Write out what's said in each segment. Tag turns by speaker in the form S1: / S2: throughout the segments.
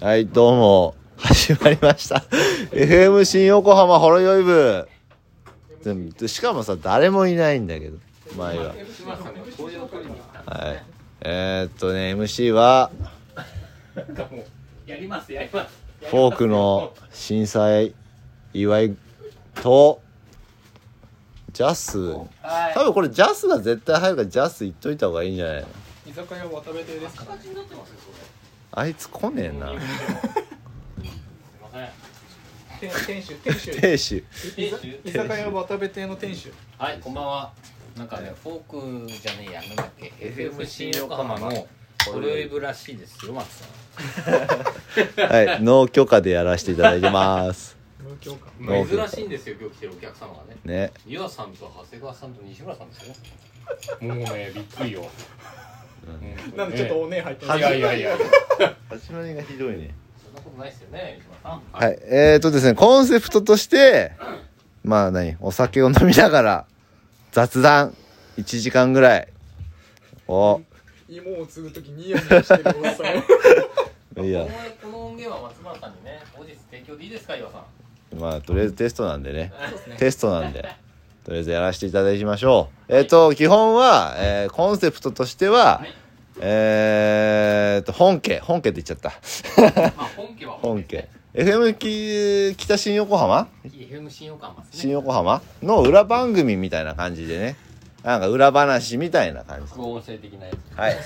S1: はい、どうも。始まりました。FM 新横浜ほろ酔い部。でもしかもさ、誰もいないんだけど、前は。はい。えー、っとね、MC は、
S2: やりますやります
S1: フォークの震災祝いと、ジャス。
S2: はい
S1: 多分これジャスが絶対入るから、ジャス言っといた方がいいんじゃないの
S3: 居酒屋渡辺亭ですか
S1: あいつ来ねえな。
S2: すいません
S3: 店店主店主
S1: 亭主。
S2: 店主
S3: 居酒屋渡辺亭の店主
S2: はいこんばんはなんかねフォークじゃねえやなんだっけ FFC 横浜のホロイブらしいですよ松さん
S1: はい、ノー許可でやらせていただいてます。
S3: 無教官
S1: ノー許可
S2: 珍しいんですよ今日来てるお客様がね
S1: ね。
S2: 岩さんと長谷川さんと西村さんですよもうねびっくりよ
S3: なんでちょっとおねえ入って
S1: いや
S3: る
S1: いやい
S2: や
S1: 始まりがひどいね。
S2: そんなことないですよね西村さん
S1: はい。えーとですね、コンセプトとして、まあ何、お酒を飲みながら、雑談、1時間ぐらい。お、
S3: 芋を継ぐ時ニヤニヤしてるおっさん
S1: いいや
S2: こ。のこの音源は松村さんにね後日提供でいいですか岩さん
S1: まあ、とりあえずテストなんでね。テストなんで。とりあえずやらせていただきましょう。えっ、と、基本は、えーコンセプトとしては、
S2: はい
S1: えーと、本家。本家って言っちゃった。
S2: まあ本家は
S1: 本
S2: です
S1: 家。
S2: ね
S1: FM き北新横浜
S2: FM 新横浜です
S1: 新
S2: ね
S1: 横浜の裏番組みたいな感じでね。なんか裏話みたいな感じ。
S2: 副音声的なやつ
S1: はい。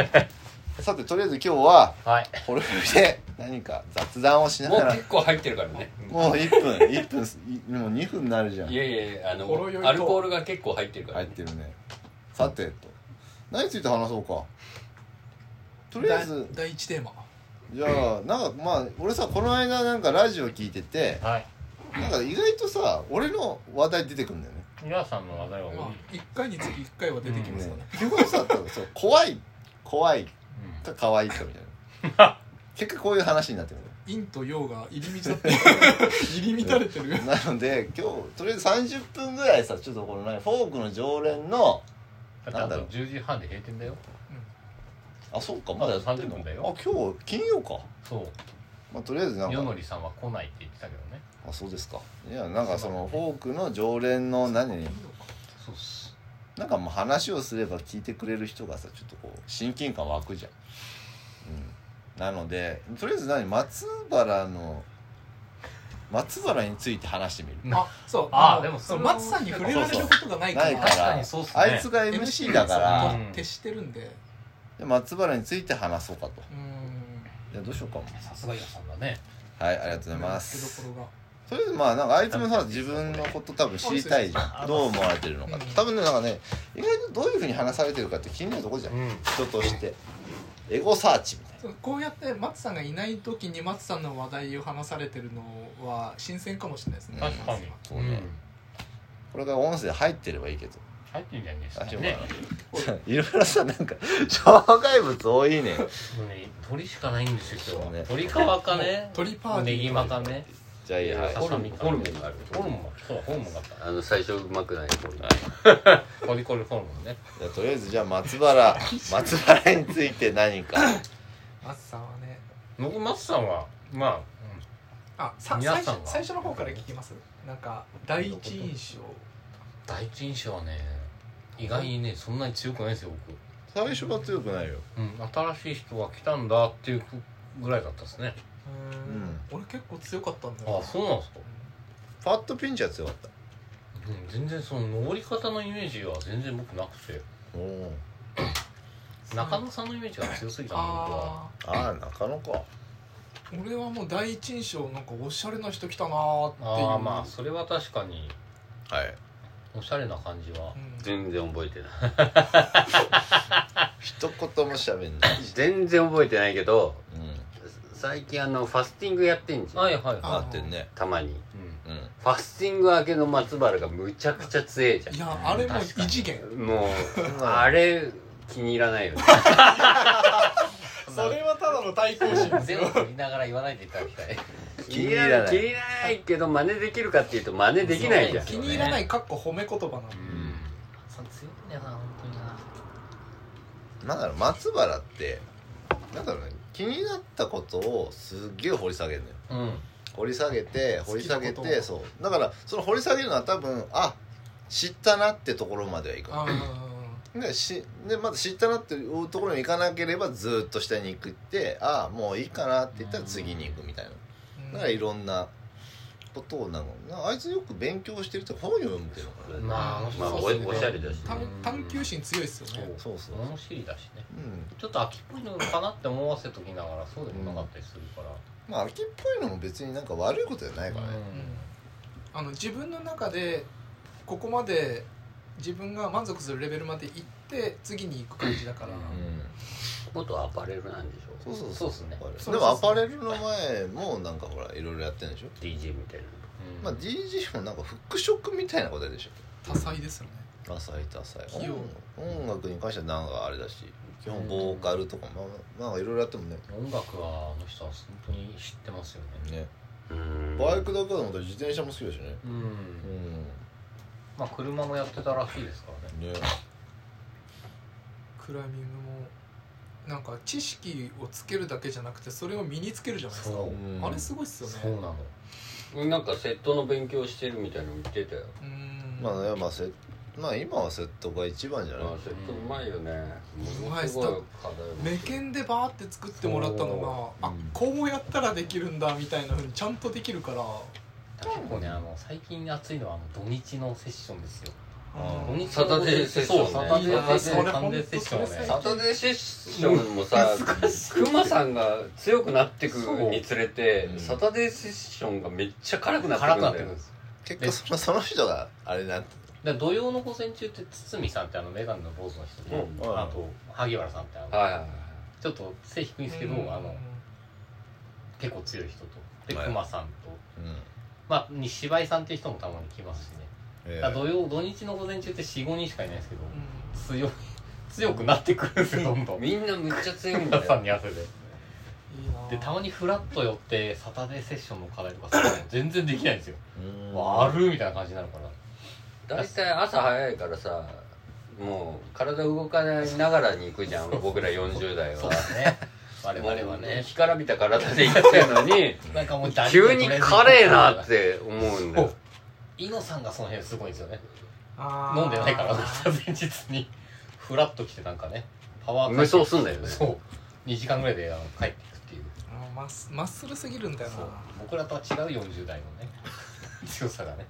S1: さて、とりあえず今日は、
S2: はい
S1: ホルフで何か雑談をしな
S4: もう
S1: がら
S4: 結、構入ってるか らね。
S1: もう1分、1分 す、いもう2分になるじゃん
S4: い。やいやいや、あの
S3: ほろ酔い、と
S4: アルコールが結構入ってるから
S1: 入っ
S4: ね。
S1: てるね。さて、と。何について話そうか。とりあえず、
S3: 第一テーマ
S1: じゃあ、なんかまあ、俺さ、この間なんかラジオ聞いてて、
S2: はい
S1: なんか意外とさ、俺の話題出てくんだよね。
S2: 岩さんの話題は多い
S3: まあ一回につき一回は出てきますよね
S1: 基本さ、多分そう怖い、怖いか可愛いかみたいな。結果こういう話になってくる。
S3: 陰と陽が入り乱れて入り乱れてる
S1: なので今日とりあえず30分ぐらいさちょっとこのねフォークの常連の
S2: だって
S1: なん
S2: あ
S1: だ
S2: と
S1: ろう
S2: 10時半で閉店だよ
S1: あそうか
S2: まだ
S1: やってんの
S2: 30分だよ
S1: あ今日金曜か
S2: そう
S1: まあとりあえずなん
S2: 夜
S1: か
S2: のりさんは来ないって言ってたけどね
S1: あそうですかいやなんかそのフォークの常連の何
S2: そうっす
S1: なんかもう話をすれば聞いてくれる人がさちょっとこう親近感湧くじゃんうんなのでとりあえず何松原の松原について話してみる
S3: あそう
S2: あ
S3: の
S2: でもそ
S3: そ
S2: れ
S3: う
S2: は
S3: 松さんに触れられることがないか
S1: ない
S3: ら
S1: から、
S2: そうっすね
S1: あいつが MC だか
S3: 松さ
S1: ら
S3: んと徹してるんで
S1: で松原について話そうかと
S3: うーん
S1: いやどうしようか
S2: さすが岩さんだね
S1: はい、ありがとうございま
S3: 出
S1: す。
S3: どころ
S1: とりあえずまあなんかあいつもさ自分のこと多分知りたいじゃん。どう思われてるのかって。多分ねなんかね意外とどういう風に話されてるかって気になるとこじゃん。
S2: ん
S1: 人としてエゴサーチみたい
S3: がそうこうやって松さんがいない時に松さんの話題を話されてるのは新鮮かもしれないですね
S2: 確かに
S1: な。そうね。これが音声入ってればいい けど。
S2: 入ってんじゃね
S1: あ
S2: え
S1: で
S2: し
S1: も
S2: ね
S1: いろいろさなんか障害物多いね。
S2: もうね鳥しかないんですよ今日は
S1: そう
S2: 鳥皮かね
S3: 鳥パーティ
S2: ネ
S3: ー
S2: ギマかね
S1: じゃあいいやはい。
S2: ささみかね
S4: ホルモンがある
S2: ホルモンそうホルモンがあっ
S4: あの、最初うまくないホルモン
S2: たコリコリホルモンね
S1: じゃあとりあえずじゃあ松 原松原について何か。
S3: 松さんはね
S2: 僕松さんはまあうん
S3: あさ
S2: 皆
S3: 最
S2: さ
S3: 初
S2: んは
S3: 最初の方から聞きますなんか第一印象
S2: 第一印象はね意外にねそんなに強くないですよ僕
S1: 最初は強くないよ。
S2: うん新しい人が来たんだっていうぐらいだったですね
S3: うん俺結構強かったんだよ
S2: あそうなんですか
S1: ファットピンチは強かった。
S2: うん全然その登り方のイメージは全然僕なくて
S1: おお。
S2: 中野さんのイメージが強すぎたな僕は
S3: あ
S1: ああなかなか。
S3: ー俺はもう第一印象なんかおしゃれな人来たなーっていう
S2: ああまあそれは確かに
S1: はい。
S2: おしゃれな感じは
S3: うん
S4: 全然覚えてない。
S1: 一言も喋ん ない。
S4: 全然覚えてないけど、
S1: うん。
S4: 最近あの、ファスティングやってんじゃん。
S2: はいはいは
S3: あ
S1: なってんね。
S4: たまに。
S2: い、うん、
S1: うん。
S4: ファスティング明けの松原がむちゃくちゃ強えじ
S3: い
S4: ゃ
S3: やあれも異次元
S4: ん。もう、
S1: あ
S4: あれ、気に入ら ないよね。
S3: それはただの対 抗心
S2: 全部言いながら言わないでいただきたい
S1: 気に入らない
S4: 気に入らないけど、真似できるかっていうと、真似できないじゃん。
S3: 気に入らないかっこ褒め言葉なの
S4: うん
S2: さ強いんだよな本当に
S1: な
S2: な
S1: んだろう松原ってなんだろうね気になったことをすっげえ掘り下げるのよ
S4: うん
S1: 掘り下げて掘り下げ
S3: 好きな
S1: て
S3: こ
S1: そうだからその掘り下げるのは多分あ知ったなってところまではいく
S3: あ
S1: でしでまず知ったなっていうところに行かなければずっと下に行くってああもういいかなって言ったら次に行くみたいな
S3: ー
S1: だからいろんなことをなのあいつよく勉強してるって本読むっていうのかな
S4: まあ面白そうですね
S3: まあおおしゃれ
S4: だし
S3: 探探求心強いですよね
S1: そうそう
S2: 物知りだしね
S1: うん
S2: ちょっと秋っぽいのかなって思わせときながらそうでもなかったりするから、
S1: まあ秋っぽいのも別になんか悪いことじゃないからね
S3: あの自分の中でここまで自分が満足するレベルまで行って次に行く感じだから、
S2: うん
S4: 元アパレルなんでしょ
S1: そうそう
S2: そうっすね
S1: アパレル
S3: そうそうそう
S1: でもアパレルの前もなんかほらいろいろやってるんでしょ
S4: DJ みたいな
S1: まあ DJ もなんか復職みたいなことやでしょ
S3: 多彩ですよね
S1: 多彩多彩
S3: 器用
S1: 音音楽に関してはなんかあれだし基本ボーカルとかもまあまあいろいろやってもね
S2: 音楽はあの人は本当に知ってますよね
S1: ね
S4: うん
S1: バイクだけだと思ったら自転車も好きだしね
S2: うん、
S1: う
S2: まあ車もやってたらしいですからね
S1: んね
S3: クライミングもなんか知識をつけるだけじゃなくてそれを身につけるじゃないですか、
S1: うん
S3: あれすごいっすよ
S2: そう
S3: ね
S2: なの
S4: なんかセットの勉強してるみたいなの言ってたよ
S3: うーん
S1: まあねまあせまあ今はセットが一番じゃない
S4: あセットうまいよね
S3: うまい
S4: ものすごい
S3: セッ
S4: 課題も
S3: 目見でバーって作ってもらったのがあ
S1: うん
S3: こうやったらできるんだみたいなふうにちゃんとできるから、
S2: 結構ねあの最近熱いのはあの土日のセッションですよ
S1: あ
S2: 土日の
S4: サタデーセッショ
S2: そ
S4: ンね
S2: うサタデーセッションサ
S3: いやそれ
S2: タデーセッションね
S3: 本当それ
S4: サタデーセッションもさクマさんが強くなってくにつれて
S1: そう
S4: サタデーセッションがめっちゃ辛くなってく
S2: 辛
S4: る
S2: く
S4: ん
S2: なっ
S4: だ
S2: てく
S4: よ
S2: るんですよ
S1: 結果そのそ の人があれなんて
S2: だから土曜の午前中って堤さんってあのメガネの坊主の人と、
S4: うん
S2: あと萩原さんってあの、
S4: はいはいはい
S2: ちょっと背低いんですけど、
S3: うん
S2: あの結構強い人とで
S1: はい
S2: 熊さんと、
S1: うん
S2: まあに芝居さんっていう人もたまに来ますしね、
S1: え
S2: だから
S1: ー
S2: 土曜土日の午前中って45人しかいないんですけど
S3: う
S2: 強い強くなってくるんですよどんどん
S4: みんなめっちゃ強いんだ
S2: 皆さん
S4: よ
S2: に汗で
S3: んいいな
S2: でたまにフラッと寄ってサタデーセッションの課題とかそういうのも全然できないんですよ
S1: うん
S2: 悪いみたいな感じになるから
S4: 大体朝早いからさもう体動かないながらに行くじゃん僕ら40代
S2: そう
S4: は
S2: ですね我々
S4: も
S2: は
S4: う
S2: ね
S4: 干からびた体で行ってるの に
S2: なんかもうダニと
S4: 急にカレーなっ
S2: とりあ
S4: て思うんだ
S2: そうえ
S4: よ
S2: ず井野さんがその辺すごいんですよね
S3: あー
S2: 飲んでないから前日に フラッと来てなんかねパワー
S4: 無双すんだよね
S2: そう2時間ぐらいであの帰っていくっていう
S3: あーマッスマッスルすぎるんだよな
S2: そう僕らとは違う40代のね 強さがね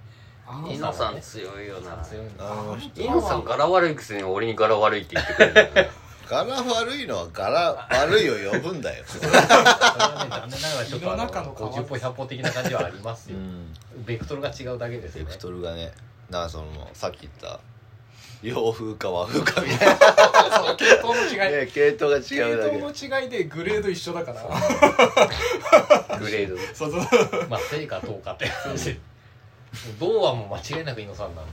S3: あの
S4: 猪野さん強いよな
S2: 強いんだ
S1: あの人
S4: 猪野さん柄悪いくせに俺に柄悪いって言ってくるんだよ ね
S1: 柄悪いのは柄悪いを呼ぶんだよ、
S2: それはね残念ながらちょっとあ
S3: 胃の中の
S2: の
S3: 川
S2: 50歩100歩的な感じはあります
S1: う
S2: よ
S1: ん、
S2: ベクトルが違うだけです
S1: ベ
S2: よね
S1: クトルがねなんかそのさっき言った洋風か和風かみたい
S3: そう系統の
S1: な、
S3: 違い
S1: ね、系統が
S3: 系
S1: 違うだけ
S3: 統の違いでグレード一緒だから
S4: グレード
S3: そうそう
S2: まあ成果どうかって話どうはもう間違いなく井野さんなん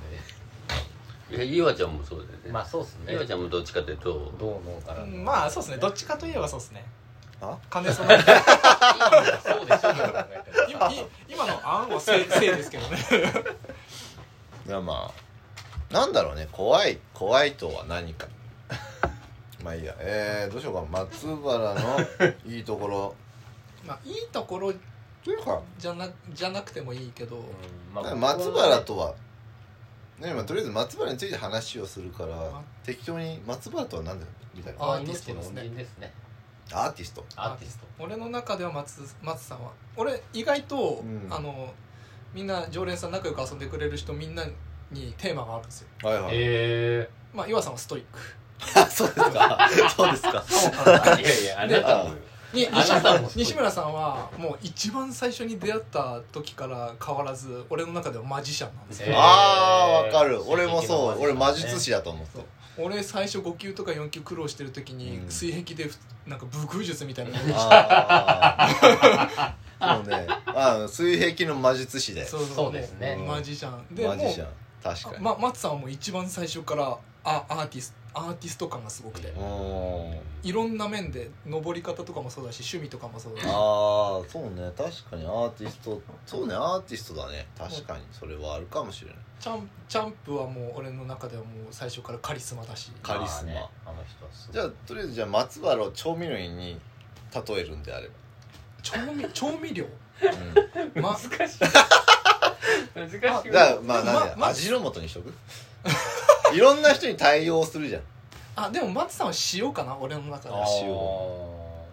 S2: で
S4: いや岩ちゃんもそうだよね、
S2: まあそうっすね
S4: 岩ちゃんもどっちかというと
S2: どう思うから
S3: うんまあそうですねどっちかといえばそうですね
S1: あ
S3: 金そのい
S2: そうでしょうね考えたら
S3: い今の案はせいせいですけどね
S1: いやまあなんだろうね怖い怖いとは何か まあいいやえー、どうしようか松原 のいいところ
S3: まあいいところ
S1: というか
S3: じゃなじゃなくてもいいけど、
S2: うんまあ
S1: 松原とはねまあとりあえず松原について話をするから
S3: あ
S1: 適当に松原とは何だよみたいな
S2: アーティストの恩人ですね
S1: アーティスト
S2: アーティスト
S3: 俺の中では松松さんは俺意外と、
S1: うん
S3: あのみんな常連さん仲良く遊んでくれる人みんなにテーマがあるんですよ
S1: はいはい、
S2: え
S3: まあ岩さんはストイッ ク
S1: あそうです かそうですか
S4: いやいやあなたも
S3: に
S2: あなたも
S3: 西西村さんはもう一番最初に出会った時から変わらず俺の中ではマジシャンなんですよ
S2: えー
S1: ああわかる
S2: 刺激の
S1: 俺もそう
S2: 魔術だね
S1: 俺魔術師だと思って
S3: そう俺最初5級とか4級苦労してる時に、
S1: うん
S3: 水壁でふなんか武空術みたいな の
S1: あ あもうねあ水壁の魔術師で
S3: そう
S2: そうですね
S3: もうマジシャンで
S1: マジシャ
S3: も
S1: ン確か
S3: う
S1: に、
S3: ま、松さんはもう一番最初からあアーティストアーティスト感がすごくて
S1: うーん
S3: いろんな面で登り方とかもそうだし趣味とかもそうだし
S1: ああそうね確かにアーティストそうねアーティストだね確かにそれはあるかもしれない
S3: チャンチャンプはもう俺の中ではもう最初からカリスマだし
S1: カリスマ
S2: まあねあの人はすごい
S1: じゃあとりあえずじゃあ松原を調味料に例えるんであ れば、
S3: 調味調味料、
S1: うん
S3: ま、
S4: 難 しい難しい
S3: あ
S1: だからまあ
S3: ま
S1: なんで
S3: ま
S1: 味の素にしとく いろんな人に対応するじゃん
S3: あでも松さんは塩かな俺の中では
S1: 塩胡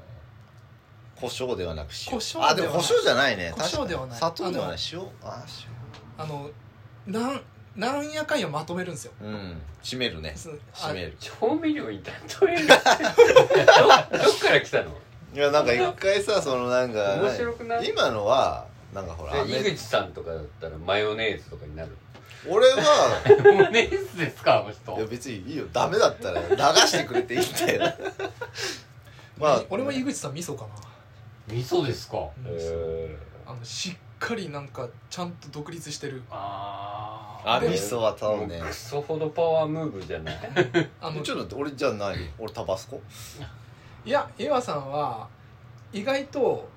S1: 椒ではなく塩
S3: 胡椒ではない
S1: あでも胡椒じゃないね
S3: 胡椒ではない
S1: 確かに砂糖ではな
S3: あ
S1: い塩あ
S3: あのなんなんやかんやまとめるんですよ
S1: 塩うん締めるね
S3: すあ
S1: 締める
S4: 調味料に例えるど どっから来たの
S1: いやなんか一回さそのなんか
S4: 面白くない
S1: 今のはなんかほらア
S4: え井
S1: メ
S4: 口さんとかだったらマヨネーズとかになる
S1: 俺は
S4: マヨネーズですかあ
S1: い
S4: の
S1: や
S4: 人
S1: 別にいいよダメだったら流してくれていいんだよまあ
S3: 俺も井口さん味噌かな
S4: 味噌ですか
S3: うん
S4: え
S3: あのしっかりなんかちゃんと独立してる
S4: あ
S1: あ
S4: ー
S1: 味噌は頼むね
S4: もうクソほどパワームーブじゃない
S3: あの
S1: ちょっと待って俺じゃない俺タバス コ
S3: いやエワさんは意外と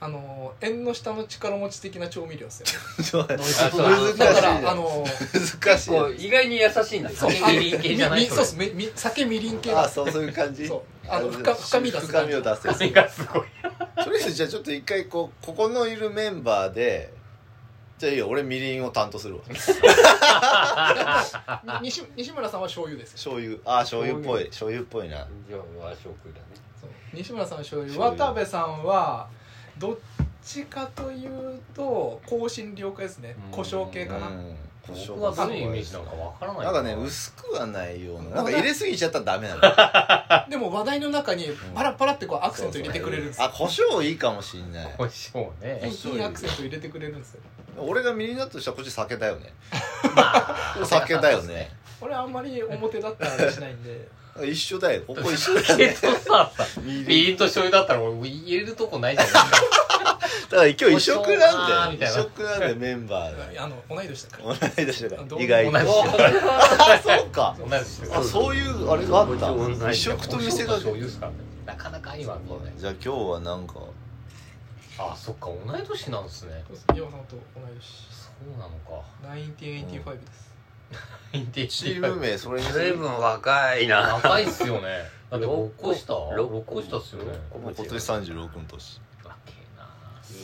S3: あの縁の下の力持ち的な調味料ですよ
S1: ちょっと待って
S4: あそ う
S1: 難しいじ
S3: だか
S1: ゃん
S3: らあの
S1: 難し
S4: 結
S1: いよ
S4: 構意外に優しいんだ
S3: そう
S4: 酒
S3: あの
S4: みりん系じゃない
S3: みみそうっすみみ酒みりん系
S1: あ
S3: だ
S1: そうそういう感じ
S3: そうあの深深み出す
S1: 深みを出 せ
S4: れがすごい
S1: とりあえずじゃあちょっと一回こうここのいるメンバーでじゃあいいよ俺みりんを担当するわ
S3: に西西村さんは醤油ですよ
S1: 醤油あー醤油っぽい醤油っぽいな
S4: じゃあ和食だね
S3: そう西村さんは醤油
S1: 醤油
S3: 渡部さんはどっちかというと香辛料系ですね
S4: うん
S3: 胡椒
S1: う
S3: 系
S1: ん
S3: かな、
S1: 胡椒
S2: 僕はどういうイメージなのかわからない
S1: なんかね
S2: 薄
S1: 薄くはないようななんか入れすぎちゃったらダメなの
S3: でも話題の中にパラパラってこうアクセント入れてくれるんですよ
S1: あ胡椒いいかもしんない
S2: 胡椒ね
S3: いいいいアクセント入れてくれるんですよ
S1: 俺がみりんだとしたらこっち酒だよね
S2: まあ
S1: これ酒だ よね
S3: 俺あんまり表だったらあれしないんで
S1: 一緒だよここ一緒だよ
S2: え
S1: ね
S2: っとさ
S1: み
S2: ビ
S1: りん
S2: ーンと醤油だったら俺入れるとこないじゃん
S1: だから今日異色な
S2: あー
S1: ん
S2: み
S1: だ
S2: たい
S1: よ異色
S2: な
S1: なんだよメンバー が
S3: あの同い年だから
S1: 同い年だか
S3: ど
S1: ら
S3: う
S1: 意外
S3: 同
S1: と
S3: じ
S2: 同じ
S4: おー
S1: あそう か
S2: 同じですよ
S1: あそういうあれがあった
S4: 同じ同
S1: 異
S4: じ
S1: 色と見せが
S2: 醤油ですからねなかなかいいわみんな
S1: じゃあ今日はなんか
S2: あそっか同い年なんですね
S3: 岩尾さんと同い年
S2: そうなのか
S3: 1985です、
S1: チーム名それにす
S4: 随
S1: る
S4: 分若いな
S2: 若いっすよねだって6個下6個下っすよね
S1: 今年36の年
S2: 若え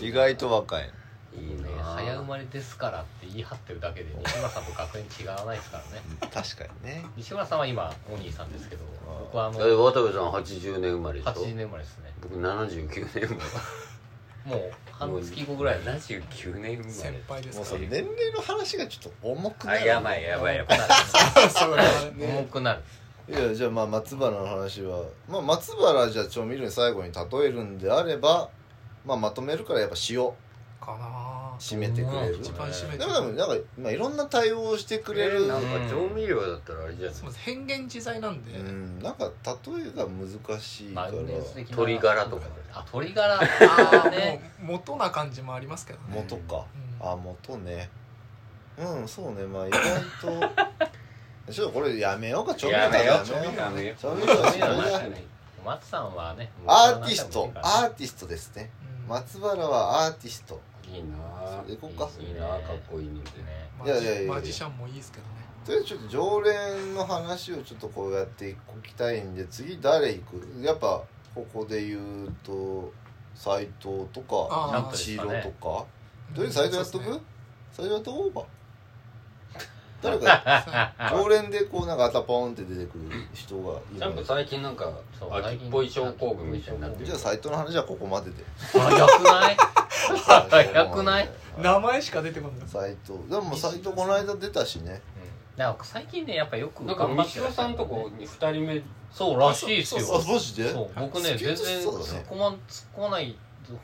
S2: な
S1: 意外と若い
S4: いい
S2: ね
S4: ね
S2: 早生まれですからって言い張ってるだけで西村さんと学年違わないですからね
S1: 確かにね
S2: 西村さんは今お兄さんですけど
S1: あ
S2: 僕はあの
S4: え渡部さん80年生まれでしょ
S2: 80年生まれですね
S4: 僕79年生まれ
S2: もう半月後ぐらい
S4: 七十九年生まれ
S3: 先。輩です
S1: もう
S3: か
S1: その年齢の話がちょっと重くな
S4: あ
S1: る
S4: やばいやばいやばい。
S3: ら そうだね
S2: 重くなる
S1: いやじゃあまあ松原の話は、まあ、松原じゃあ調味料に最後に例えるんであれば、まあ、まとめるからやっぱ塩
S3: かなぁ
S1: 締めてくれる
S3: 一番締
S1: で
S3: めて
S1: もでもなんか、まあ、いろんな対応をしてくれる、
S4: なんか調味料だったらあれじゃない
S3: すい。ません変幻自在なんで、
S1: うん、なんか例えが難しい
S2: マ
S1: か
S2: ヨ
S1: ら
S2: ネーズ的な
S4: 鶏ガラとか
S2: あ鶏ガラ
S3: あ
S2: あ
S3: あ
S2: ーね
S3: もう元な感じもありますけどね
S1: 元か
S3: うん
S1: あ元ねうんそうねまあ意外とちょっとこれやめようか調味料だから
S4: 調味料やめよう。
S1: 調味料
S2: はしない
S4: 調味料はしない
S2: 松さんはね
S1: アーティストア
S2: あ
S1: ーティストですね
S3: うん
S1: 松原はアーティスト
S4: いいなぁ。
S1: それ行こうか
S4: いいなぁかっこいいのでね。
S2: ね
S3: マ
S1: いやいやいやい
S3: ジ
S1: や
S3: マジシャンもいいですけどね
S1: とりあえずちょっと常連の話をちょっとこうやっていきたいんで次誰行くやっぱここで言うと斎藤とか
S3: あー
S1: 一郎とかとりあえず
S3: 最
S1: 斎藤
S3: 初
S1: やっとく
S3: ね、
S1: 斎藤やっとこうか誰か常連でこうなんか頭ポンって出てくる人がい
S4: なんか
S1: る
S4: 最近なんか秋っぽい症候群みたいになってる。
S1: じゃあ斎藤の話はここまでで
S2: 早くない早くない
S3: 名前しか出てこない
S1: 斎藤でも斎藤この間出たしね
S2: なんか最近ねやっぱよく
S4: なんか
S2: 頑張って
S4: 三代さんとこ二人目。
S2: そうらしいですよ
S1: あマジで
S2: そう僕ね
S1: スケ
S2: 全
S1: ー
S2: 然
S1: トしそうだね
S2: 突っ込まん突っ込まない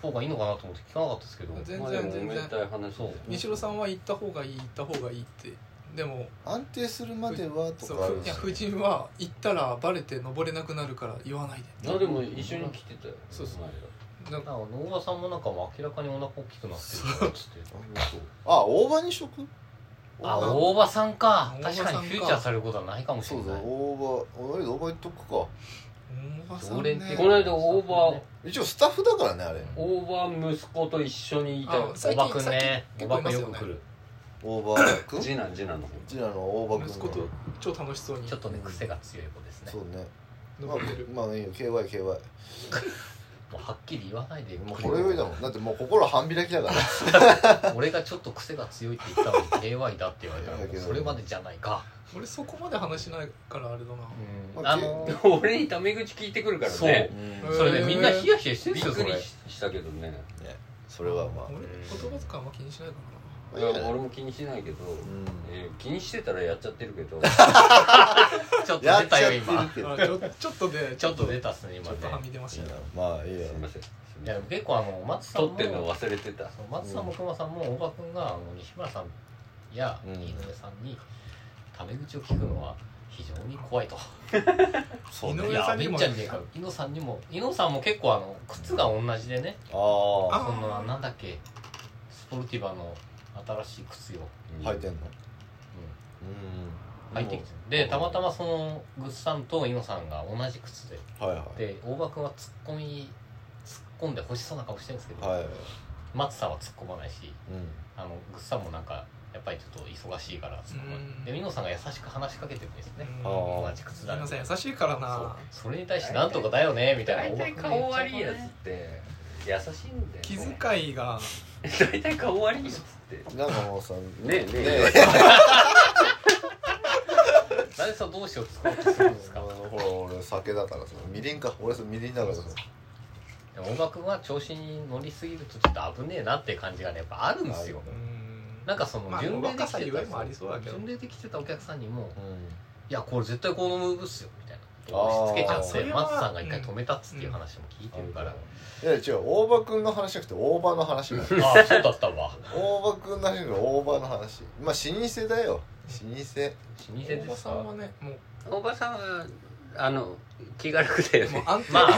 S2: 方がいいのかなと思って聞かなかったですけど
S3: 全然
S4: まあでもおめでたい話
S2: そう
S3: 西野さんは行った方がいい行った方がいいってでも
S1: 安定するまではと
S3: そ
S1: かあ
S3: う
S1: る
S3: い
S1: し
S3: や夫人は行ったらバレて登れなくなるから言わない
S4: あでも一緒に来てたよ。
S3: そうそうでなんか
S2: なんか能場さんもなんかもう明らかにお腹大きくなってるからっつって
S1: あ大葉にしとく
S2: あ
S1: 大葉
S2: 大場さんか
S3: 大場
S2: 確
S3: さんか
S2: かにフューチャーされることはないかもし
S1: そ
S2: れ
S1: うだ
S2: ない
S1: 大葉俺大葉言っとくか
S3: 大場さ
S2: 常
S3: ん
S2: 連
S3: ね
S2: って
S4: この間大場
S1: 一応スタッフだからねあれ
S4: オーバー息子と一緒にいたよ
S3: あ。
S2: 大
S3: 最近
S2: 場くんね大
S3: 最近
S2: 場くんよく来る
S1: 大葉くんう
S4: 次男次男の方。
S1: ちらの大葉くん
S3: 息子と超楽しそうに
S2: ちょっとね癖が強い子ですね
S1: そうねま
S3: 登ってる
S1: あまあいいよ KYKY
S2: もうはっきり言わないでも
S1: これよりだもんだってもう心半開きだ から
S2: 俺がちょっと癖が強いって言ったのに KY だって言われたらもうそれまでじゃないか、
S3: 俺そこまで話しないからあれだな
S1: うん
S2: あの
S5: 俺にタメ口聞いてくるからね
S3: そう
S2: それでみんなヒヤヒヤしてるん
S5: び
S2: で
S5: っ
S2: すよそ
S5: く
S2: れ
S5: りしたけどね
S1: それはまあ
S3: 俺言葉とかあんま気にしないか
S1: まあ
S2: いや
S1: いいや
S2: 俺も気にしないけど、
S1: うん
S2: えー気にしてたらやっちゃってるけどちょっと
S1: や
S2: 出
S1: っちゃ
S2: た
S1: っ
S2: よ
S1: てる
S2: 今
S1: けど
S3: らなあちょちょっとで
S2: ちょっと出たっすね
S3: ち
S2: 今
S3: ょっ
S2: ね
S3: とはみ出ましたね
S1: まあいいや
S2: すいません
S1: い
S2: い
S1: や
S2: や結構あの松さん
S5: 撮
S2: も
S5: ってんの忘れてた
S2: そう松さんも熊さんも大場君があの西村さんや
S1: うん
S2: 井上さんにタメ口を聞くのは非常に怖いと、
S1: そうね
S3: 井
S2: い
S3: 上
S2: や
S3: さん
S2: め
S3: に
S2: っ
S3: も
S2: ちゃねえか井野さんにも井野さんも結構あの靴が同じでね
S1: ああ
S3: あ
S2: そのなんだっけスポルティバの新しい靴を、
S1: 履いてんの
S2: うん、履いてきてでたまたまそのグッさんと井野さんが同じ靴で
S1: うんはいはい
S2: で大場君は突っ込み突っ込んで欲しそうな顔してるんですけど、
S1: はい
S2: 松さんは突っ込まないし
S1: うん
S2: あのグッさんもなんかやっぱりちょっと忙しいから突っ込ま
S3: うん
S2: ないで美濃さんが優しく話しかけてくるんですね
S3: うん
S1: あ
S2: 同じ靴
S3: すみ
S2: だ
S3: ま
S2: ね
S3: せん優しいからな
S2: そうそれに対して「なんとかだよね」みたい
S5: 大
S2: な
S5: 体顔悪いやつって優しいんだよ
S3: 気遣いが
S5: 大体顔悪いやつって
S1: なんかもうさね
S5: ねえねえ
S2: 誰さどうしよう突っ込むとするんです
S1: あ
S2: か
S1: のほら俺酒だからさみりんか俺さみりんだからさ
S2: でも音楽は調子に乗りすぎるとちょっと危ねえなって感じがねやっぱあるんですよ
S1: ある
S3: うん
S2: なんかその
S3: まあ
S2: 巡礼で
S3: 若
S2: き
S3: さ
S2: て
S3: ゆえも
S2: た
S3: ありそうだけど
S2: 巡礼できてたお客さんにも
S1: う
S2: 「いやこれ絶対このムーブっすよ」みたいな押し付けちゃ
S1: あーそ
S2: っ
S3: れ
S2: て
S3: は
S2: 松さんが一回止めたっつっていう話も聞いてるから
S1: んいや違う大場君の話じゃなくて大場の話だよ
S2: ああそうだったわ
S1: 大場君の話が大場の話まあ老舗だよ老
S2: 老舗で
S3: 大場
S2: す
S3: さ
S2: か
S3: んはねもう
S5: おばさんはあの気が楽だよ
S3: もう
S5: ね
S3: 安定
S2: まあ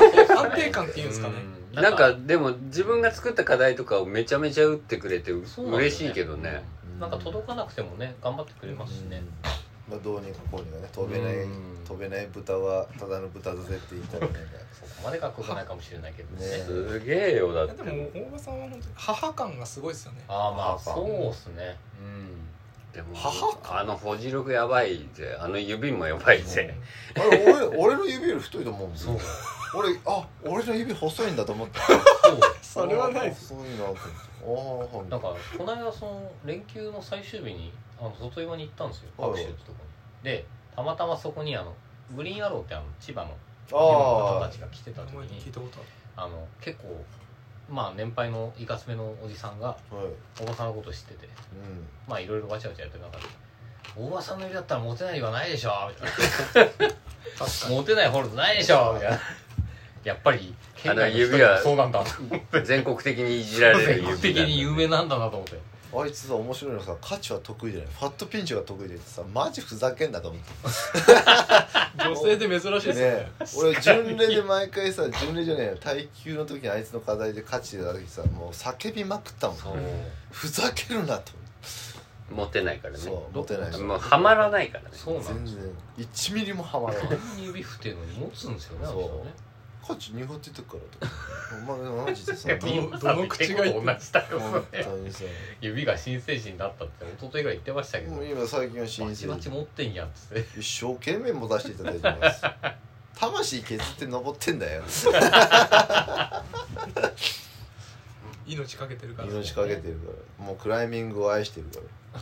S3: 安定感っていうんですかね
S2: う
S5: なんかでも自分が作った課題とかをめちゃめちゃ打ってくれてう
S2: そうなんだよね
S5: 嬉しいけどね
S1: うん
S2: なんか届かなくてもね頑張ってくれますし
S1: 舗
S2: ね、
S1: まあどうにかこうにかね飛べない
S2: うん
S1: 飛べない豚はただの豚だぜって言いたいね
S2: そこまでかっこよくないかもしれないけどね
S1: ね
S5: すげえよだっ
S3: いやで
S5: て
S3: も大場さんは本当に母感がすごいですよね
S2: ああまあ
S1: 母
S2: そうっすねうん
S5: でも
S1: 母か
S5: あの保持力やばいぜあの指もやばいぜ
S1: あれ俺俺の指より太いと思うんです
S2: そう
S1: よ俺あ俺の指細いんだと思った
S3: それはないです
S1: 細いなと思ってああはい
S2: なんかこの間その連休の最終日にあの外山に行ったんですよ
S1: はい
S2: 学習ってとこにでたまたまそこにあのグリーンアローってあの千葉の地の方
S1: あ
S2: たちが来てた
S3: 名
S2: 時
S3: 前聞い
S2: に
S3: たことあ
S2: あ
S3: る
S2: の結構まあ年配のいかつめのおじさんが
S1: あはい
S2: おばさんのこと知ってて
S1: うん
S2: まあいろいろわちゃわちゃやってる中で「大場さんの指だったらモテないはないでしょ」みたいな
S3: 確かに
S2: モテないホールドないでしょみたいなやっぱり県外の人にもそうなんだ
S5: 全国的にいじられる
S2: 全
S5: 指
S2: 国的に有名なんだなと思って
S1: あいつさ面白いのさ価値は得意じゃないファットピンチが得意でさマジふざけんなと思って
S3: 女性で珍しいですよ
S1: ね
S3: ね
S1: 俺巡礼で毎回さ巡礼じゃねえよ耐久の時にあいつの課題で価値出た時さもう叫びまくったもん
S2: そう
S1: ふざけるなと
S5: 持てないからね
S1: そう持てないし
S5: もうはまらないからね
S2: そうなん
S1: 全
S2: です
S1: 然
S2: よ
S1: 1ミリもハマら ない
S2: 何に指振ってるのに持つんですよね
S1: そう
S2: あ
S1: 価値苦手だからとかお前マジでさ
S2: の人ね
S1: 本
S3: どどの口が言って
S2: 同じだよ
S1: 当にさ
S2: 指が新成人だったって一昨日ぐらい言ってましたけど
S1: もう今最近は
S2: バ
S1: 新
S2: チ
S1: 鮮
S2: バチ持ってんやんっつって
S1: 一生懸命持たせていただいてます魂削って登ってんだよ
S3: 命かけてるから
S1: 命かけてるからもうクライミングを愛してるから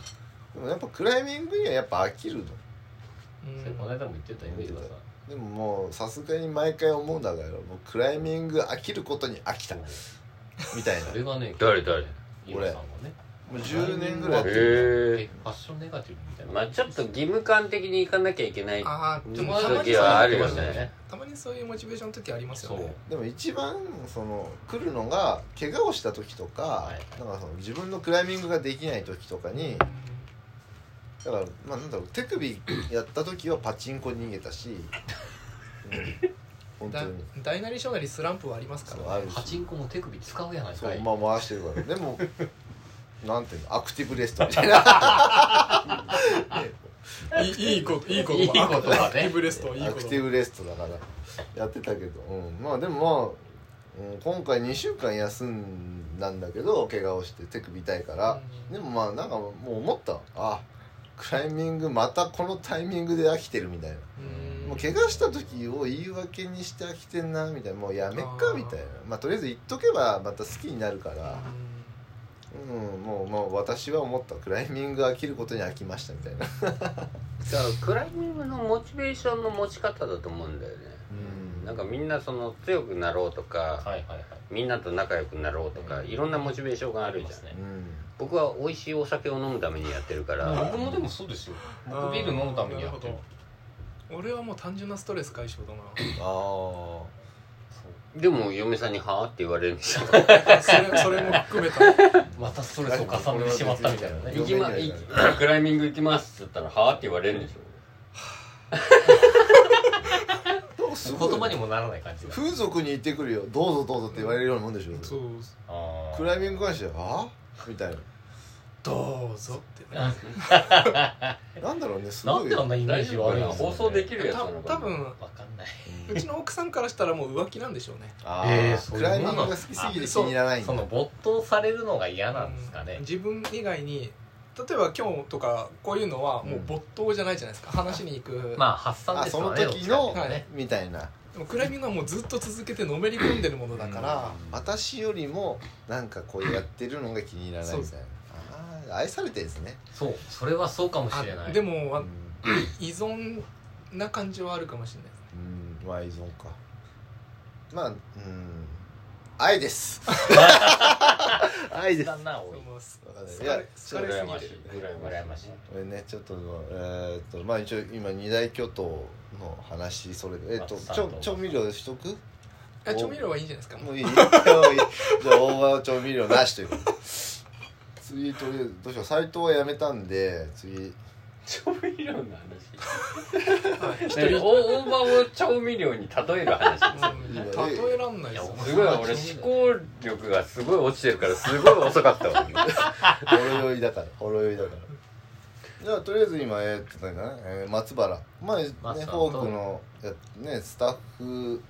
S1: でもやっぱクライミングにはやっぱ飽きるの
S3: うん
S2: それこの間も言ってたよね井上さん
S1: でももうさすがに毎回思うんだからもうクライミング飽きることに飽きたみたいな
S2: それがね
S5: 誰誰
S2: 井上さんはね
S1: もう10年ぐらいやってる
S5: へ
S2: え
S5: え
S2: ファッションネガティブみたいな
S5: まあちょっと義務感的に行かなきゃいけない
S3: ああでもたまに
S5: 時はあるよ
S3: そう
S5: ね
S3: たまにそういうモチベーションの時ありますよね
S1: でも一番その来るのが怪我をした時とか,、
S2: はい
S1: なんかその自分のクライミングができない時とかにだからまあなんだろう手首やった時はパチンコ逃げたし、うん、本当
S3: だ
S1: に
S3: 大なり小なりスランプはありますか
S1: そう
S3: ら
S1: あ
S3: ね
S1: るし
S2: パチンコも手首使うやない
S1: そ
S2: か
S1: う
S2: い
S1: まあ回してるからでもなんていうのアクティブレストみたいな
S3: いいいいこといいこと
S2: いいことだね
S3: アクティブレストいい
S1: ア
S3: こ
S1: ク
S3: と
S1: ティブレストだからやってたけど、うん、まあでもまあ、うん、今回2週間休んだんだけど怪我をして手首痛いから、
S3: うん
S1: でもまあなんかもう思ったあクライミングまたこのタイミングで飽きてるみたいな、
S3: うん
S1: もう怪我した時を言い訳にして飽きてんなみたいなもうやめっか
S3: あー
S1: みたいなまあとりあえず言っとけばまた好きになるからうんもうもう私は思ったクライミング飽きることに飽きましたみたいな
S4: だからクライミングのモチベーションの持ち方だと思うんだよね
S1: うん
S4: なんかみんなその強くなろうとか、
S2: はいはいはい
S4: みんなと仲良くなろうとか、いろんなモチベーションがあるじゃん、
S2: ね
S1: うん
S4: 僕は美味しいお酒を飲むためにやってるから
S2: 僕もでもそうですよ僕ビール飲むためにやってる
S3: なるほど俺はもう単純なストレス解消だな
S1: あ
S4: でも嫁さんに「はあ?」って言われるんですよ
S3: それ それも含めた
S2: またストレスを重ねてしまったみたいな
S4: 「
S2: ね
S4: 行きま行きクライミング行きます」って言ったら「はあ?」って言われるんでしょ
S1: あどうす
S2: 言
S1: ごい
S2: 葉にもならない感じが
S1: 風俗に行ってくるよどうぞどうぞって言われるようなもんでしょ
S3: そう
S2: あー
S1: クライミング関してはあみたい
S3: どうぞってね
S1: ななんだろうねす
S2: な
S1: ご
S2: ん
S1: い
S2: であんなイメー
S4: 大
S2: ジ
S4: 丈夫
S2: 悪
S4: か
S2: いん
S4: な
S2: ですかね
S4: 放送できるやつ
S3: た
S4: なのか
S3: 多
S4: な
S3: 分
S2: わかんないう
S3: うんちの奥さんからしたらもう浮気なんでしょうね
S1: あ
S2: えー
S1: ー
S2: そ
S1: ク
S2: ういうも
S1: ライ
S2: ん
S1: ミ
S2: な
S1: ン
S2: の
S1: グが好きすぎて気にならないん
S2: そ
S1: だ
S2: の没頭されるのが嫌なんですかね
S3: 自分以外に例えば今日とかこういうのはもう没頭じゃないじゃないですか話に行く、
S2: まあ発散
S1: あ
S2: です
S1: そ
S2: よ
S1: の
S2: ね
S1: 時
S2: ど
S1: の
S2: っちかっていうとね
S1: みたいな
S3: でもクライミングはもうずっと続けてのめり込んでるものだから、
S1: 私よりもなんかこうやってるのが気に入らないみたいなあー愛されてるんですね
S2: そうそれはそうかもしれな
S3: あ
S2: い
S3: で
S2: も
S3: も、
S1: う
S3: あ
S1: ん、
S3: 依存な感じはあるかもしれないで
S1: う
S3: す
S1: ん、まあ依存かまあうん愛です愛です
S2: だんな多い
S3: ねもうす
S1: わかんない
S3: 疲
S1: いや
S3: れ疲れす
S4: 羨
S3: ぎ
S4: ま
S3: て
S4: しい
S3: る
S4: 羨ましい
S1: これ ねちょっとえーっとまあ一応今二大巨頭の話それでえーっと
S2: 松さん
S1: ちょ
S2: と
S1: 調味料しとく
S3: あ調味料はいいんじゃないですかも
S1: も
S3: う
S1: ういいもういいじゃあ大葉調味料なしということで次とりあえずどうしよう斎藤はやめたんで次
S4: 調味料の
S3: はい
S4: 話何大葉を調味料に例える話
S3: うん例えらんないですよ
S4: すごい俺思考力がすごい落ちてるからすごい遅かったわ
S1: ほろ酔いだからほろ酔いだから じゃあとりあえず今えー、っと何かな、えー松原まあねフ
S2: 松さんと
S1: ォークのやねスタッフ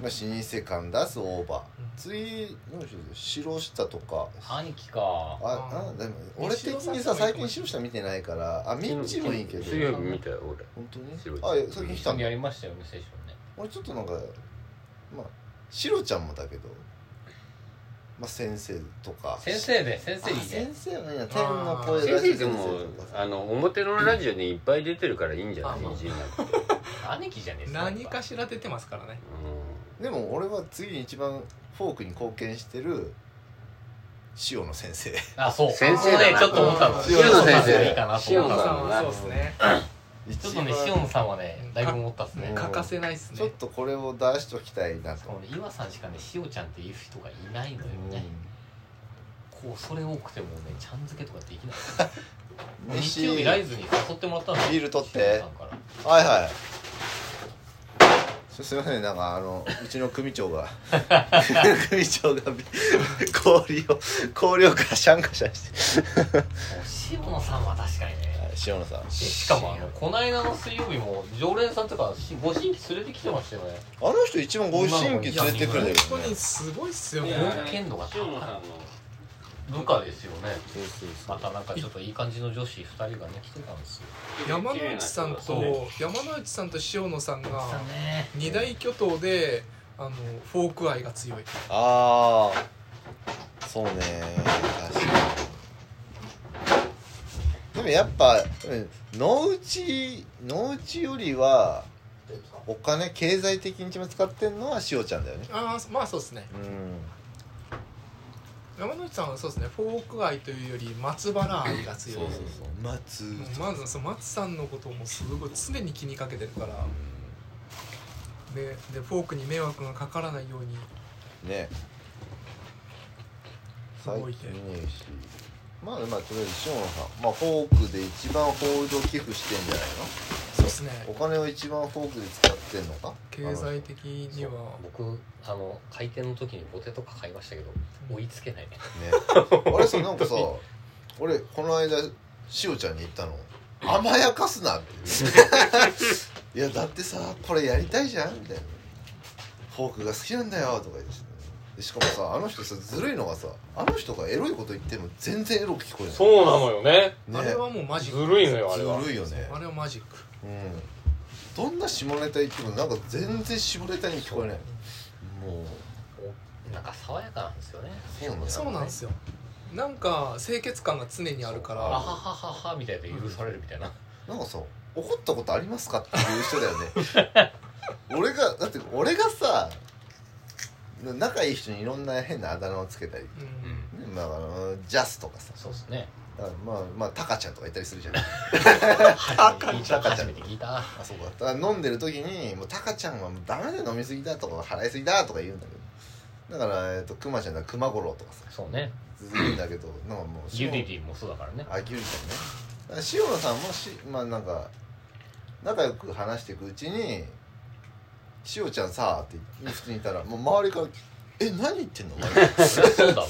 S1: まあ老舗感出すオーバ
S3: うん
S1: ー次何でしょう白下とか
S2: 兄貴か
S1: あ
S3: あー
S1: あでも俺的にさ最近白下見てないからあミッチもいいけど
S4: 水曜日見たよ俺
S1: 本当に
S4: 白い
S1: あいや最近来
S2: 一緒
S1: た
S2: に
S1: の
S2: やりましたよねセッションね
S1: 俺ちょっとなんかまあ白ちゃんもだけどまあ先生とか
S2: 先生で先生
S1: あ
S2: いいね
S1: 先生はいいな天の声
S4: 先
S1: 出
S4: 生
S1: し
S4: で
S1: 先
S4: も
S1: 生とかさ
S4: あの表のラジオにいっぱい出てるからいいんじゃない
S2: あまあ
S4: 一位なんて
S2: 兄貴じゃねえ
S3: 何かしら出てますからね
S1: でも俺は次に一番フォークに貢献してる塩野先生
S2: あそう
S4: 先生だ
S2: ね
S4: な
S2: ちょっと思ったの
S1: 塩野先生
S2: いいかなと
S4: 塩
S2: 思
S4: 野
S2: っ
S3: お
S2: たの
S3: 母さ
S4: さ
S3: ん
S4: ん
S3: は
S4: は
S3: そうですね
S2: ちょっとね
S1: 一番
S2: 塩野さんはねだいぶ持ったっすね
S1: か
S3: 欠かせないです
S1: ちょっ
S3: ね
S1: とこれを出しときたいなと、
S2: 俺岩さんしかね塩ちゃんっていう人がいないのよ
S1: うん
S2: ねこうそれ多くてもねちゃん漬けとかできない
S1: 飯
S2: 日曜日ライズに誘ってもらったの
S1: ビール取って
S2: 塩野さんから
S1: はいはいすすいませんなんかあのうちの組長 が組長がび氷を氷をガシャンガシャンして
S2: 塩野さんは確かにね
S1: 塩野さん
S2: でしかもあのこないだの水曜日も常連さんとかしご新規連れてきてましたよね
S1: あの人一番ご新規連れてくるんだけど
S3: 本当
S1: ね
S3: にすごいっすよね
S2: や剣道が
S4: 塩野さんの
S2: 部下ですよね
S1: そうそうそ
S2: ま
S1: う
S2: たなんかちょっといい感じの女子2人がね来てたんですよ
S3: 山之内さんと山之内さんと塩野さん
S2: 来た
S3: が
S2: ね
S3: 二大巨頭であのフォーク愛が強い
S1: ああそうね確かにでもやっぱうん野内野内よりはお金経済的に一番使ってんのは塩ちゃんだよね
S3: ああまあそうですね
S1: うん
S3: 山之内さんはそうですねフォーク愛というより松原愛が強い
S1: そうそう松
S3: もうまずその松さんのことをもうすごい常に気にかけてるからででフォークに迷惑がかからないように
S1: ね
S3: すごいね
S1: 最近ねえしまあまあとりあえず塩野さんまあフォークで一番ホールド寄付してんじゃない
S3: そうですね
S1: のお金を一番フォークで使ってんのか
S3: 経済的には
S2: 僕あの開店の時にポテトか買いましたけど追いつけないね
S1: ねあれさなんか さ俺この間しおちゃんに言ったの「甘やかすな」っていやだって さこれやりたいじゃん」みたいな「フォークが好きなんだよ」とか言ってでしかもさあの人さずるいのがさあの人がエロいこと言っても全然エロく聞こえない
S5: そうなのよね
S1: ね
S3: あれはもうマジック
S5: ずるいのよあれは
S1: ずるいよね
S3: あれはマジック
S1: うんどんな下ネタ言ってもなんか全然下ネタに聞こえないもう
S4: なんか爽やかなんですよね
S1: そうなんだ
S3: そうなんですよなんか清潔感が常にあるか
S4: あは
S3: ら
S4: はははみたいな許されるみたいな
S1: なんかさ怒ったことありますかっていう人だよね 俺がだって俺がさ仲いい人にいろんな変なあだ名をつけたり、ね
S3: う
S4: うんん
S1: まあ、あのジャスとかさ
S4: そうですね
S1: あまあまあタカちゃんとかいたりする じゃない
S4: 初めて聞
S1: 赤
S4: いた
S1: ちゃ
S4: 初
S1: ん
S4: めて聞いた
S1: あそうかだから飲んでる時に「もうタカちゃんはダメで飲みすぎだ」とか「払いすぎだ」とか言うんだけどだから、えっと、クマちゃんだクマゴロとかさ
S4: そうね
S1: 言うんだけどなんかもう
S4: ユリリンもそうだからね
S1: あギュリちゃんねだから塩野さんもしまあなんか仲良く話していくうちに「塩ちゃんさ」って普通にいたらもう周りから「え何言ってんの?お前
S4: そうだわ」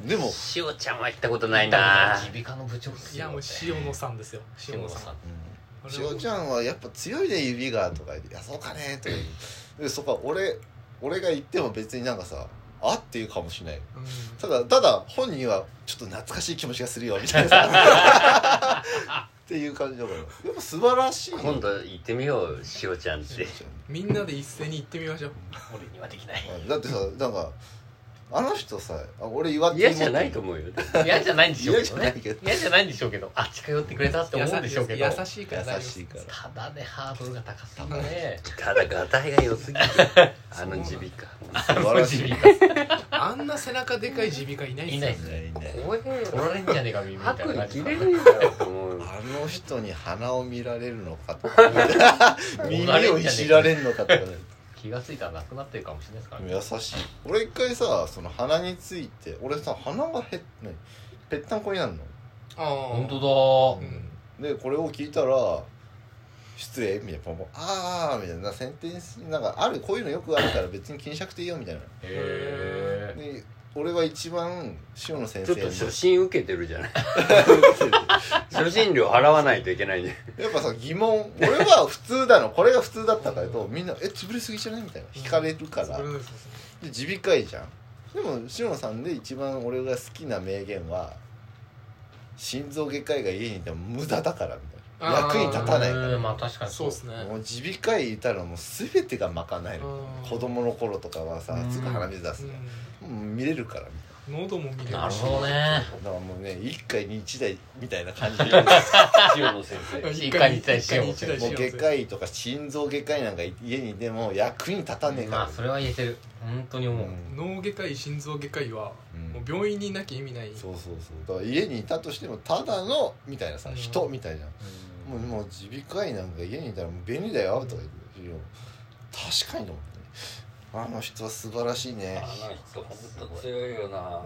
S1: でも、
S4: しおちゃんは行ったことない
S2: 耳鼻科の部長っす
S3: いやもう塩野さんですよ
S4: 塩
S3: 塩
S4: 野
S3: 野
S4: さ
S3: さん
S4: ん
S1: うん、塩ちゃんはやっぱ強いね指が」とか言って「いやそうかね」とか言ってでそこは俺俺が言っても別になんかさ「あ」って言うかもしれない
S3: うん
S1: ただただ本人はちょっと懐かしい気持ちがするよみたいなさ っていう感じだからやっぱ素晴らしい
S4: 今度行ってみようしおちゃんっ
S1: 塩
S4: て
S1: ちゃん
S3: みんなで一斉に行ってみましょう
S2: 俺にはできない
S1: だってさなんかあの人さあ俺岩手
S4: 嫌じゃないと思うよ嫌じゃないんでしょうけど
S1: 嫌じゃな
S4: ね
S1: いけど
S4: 嫌じゃないんでしょうけどあ近寄ってくれたって思うんでしょうけど
S3: 優優しいから
S1: 優しいから
S4: ただねハードルが高さがね
S5: ただガタイが良すぎる あの耳鼻科
S1: 素晴らしい
S4: い
S3: あんな背中でかい耳鼻科いないっす
S4: い
S3: よ
S4: ないですね
S5: 怖え
S4: おられんじゃねえかみたいな
S5: 白
S4: 感
S5: 衣
S4: じ
S5: 着れねえだろと思う
S1: あの人に鼻を見られるのかとか耳
S4: おられんじゃねえか
S1: をいじられるのかとかね
S4: 気がついたらなくなってるかもしれないですからね
S1: 優しい俺一回さその鼻について俺さ鼻がへっ何ぺったんこになるの
S3: あ
S4: 本
S3: 本
S4: 当
S3: うん
S1: でこれを聞いたら失礼みたいなポンポンああみたいなセンテンスなんかあるこういうのよくあるから別に気にしなくていいよみたいな
S4: だへえ
S1: で俺は一番塩野先
S5: ちょ
S1: 生
S5: っ
S1: に
S5: と初診受けてるじゃない 初診料払わないといけないんで
S1: やっぱさ疑問俺は普通だのこれが普通だったからとみんな「え潰れすぎじゃない?」みたいな引かれるからで
S3: そうですね
S1: 耳鼻科医じゃんでも塩野さんで一番俺が好きな名言は「心臓外科医が家にいても無駄だから」みたいな
S3: あ
S1: 役
S3: ー
S1: に立たないか
S4: うんまあ確かに
S3: そうですね
S1: らもう耳鼻科医いたらもう全てがまかないの
S3: 子
S1: 子供の頃とかはさすぐ鼻水出すのもう見れるからみた
S3: 喉も見れるし
S4: なるほどね
S1: いなだからもうね一回に一台みたいな感じで
S5: 塩野先生
S4: 一回に対して
S3: 一回に一台
S1: もう外科医とか心臓外科医なんか家にいても役に立たねえか
S4: ま
S1: ら
S4: あそれは言えてる本当に思う
S3: 脳外科医心臓外科医は
S1: うん
S3: もう病院にいなきゃ意味ない
S1: そうそうそうだから家にいたとしてもただのみたいなさ
S3: うん
S1: 人みたいなもうもう耳鼻科医なんか家にいたらもう便利だよとか言うよ確かにと思ってねあの人は素晴らしいね
S5: あの人本当強いよな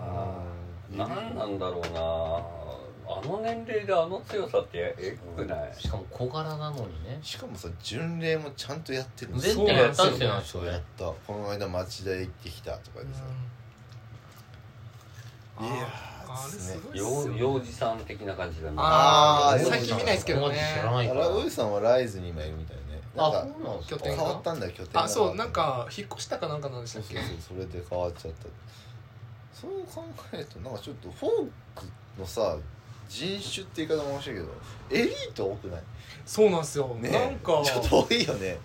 S1: うん
S5: 何なんだろうなあの年齢であの強さってえぐくない
S4: しかも小柄なのにね
S1: しかもさ巡礼もちゃんとやってるん
S4: 全
S3: そう
S4: 然
S3: なん
S4: や
S3: で
S4: っ
S3: す
S4: た
S3: よ
S4: んですよね
S1: そうやったこの間町田へ行ってきたとか
S3: う
S1: で
S3: ん
S1: さ
S3: あ
S1: いや
S3: あ
S1: ー
S3: れ
S1: です
S3: す
S1: ね
S3: ごいっ
S5: 幼
S3: すよ
S5: 幼児さん的な感じだな
S1: あ
S3: あ
S1: ー
S3: あ最近見ないですけどね
S4: 知らない
S1: あ
S4: から
S1: おじさんはライズに今いるみたいねな
S4: あ
S1: んか
S4: そうなんです
S3: 拠
S4: か
S1: 変
S3: 点
S1: わ
S3: が
S1: ったんだよ拠点が
S3: あそうなんか引っ越したかなんかなんでした
S1: そう
S3: っ
S1: そう
S3: け
S1: そうそれで変わっちゃったそう考えるとなんかちょっとフォークのさ人種って言い方も面白いけどエリート多くない
S3: そうなんですよ
S1: ね
S3: なんか
S1: ちょっと多いよね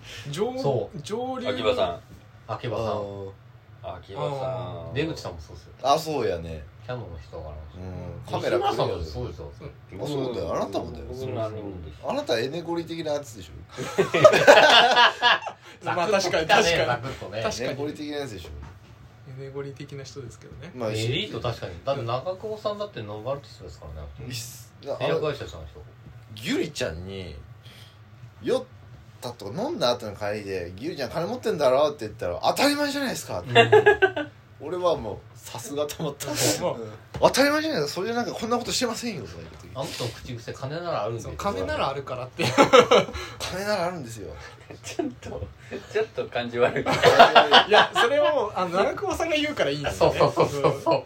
S3: 上
S4: そ
S3: 上流
S5: 秋葉さ
S4: 秋
S1: あ
S4: 葉
S5: ん秋葉
S4: さ
S5: さ
S4: ん
S5: ん
S4: 出口さんもそうですよ
S1: あそうやね
S4: キャノンの人から
S1: うんカメラ
S4: 吉村さん
S1: 来
S4: だ
S1: る
S4: っ
S1: よ
S4: てそうですよ
S1: あそうだよあなたもだよ
S5: 僕何もでき
S1: あなたエネゴリ的なやつでしょ
S3: まあ確かに確
S4: ザ
S3: か
S4: クッとね
S3: 確か
S1: エ
S3: に
S1: ネゴリ的なやつでしょ
S3: にエネゴリ的な人ですけどね
S1: まあ
S4: エリート確かにだって中久保さんだってノバルティスですからね
S1: いっすあ
S4: 製薬
S1: の
S4: 会社さんでしょ
S1: ギュリちゃんに酔ったとか飲んだ後の帰りで「ギュリちゃん金持ってんだろ?」って言ったら「当たり前じゃないですか」って俺はもうさすがと思った
S3: そう
S1: うん当たり前じゃないですかそれなんかこんなことしてませんよとか言って
S4: あんたの口癖金ならあるん
S3: そ
S4: で
S3: う金ならあるからって
S1: 金ならあるんです よ
S5: ちょっとちょっと感じ悪い
S3: いやそれをあの長久保さんが言うからいいんです
S4: そ
S3: よ
S4: う
S3: ね
S4: そうそうそうそう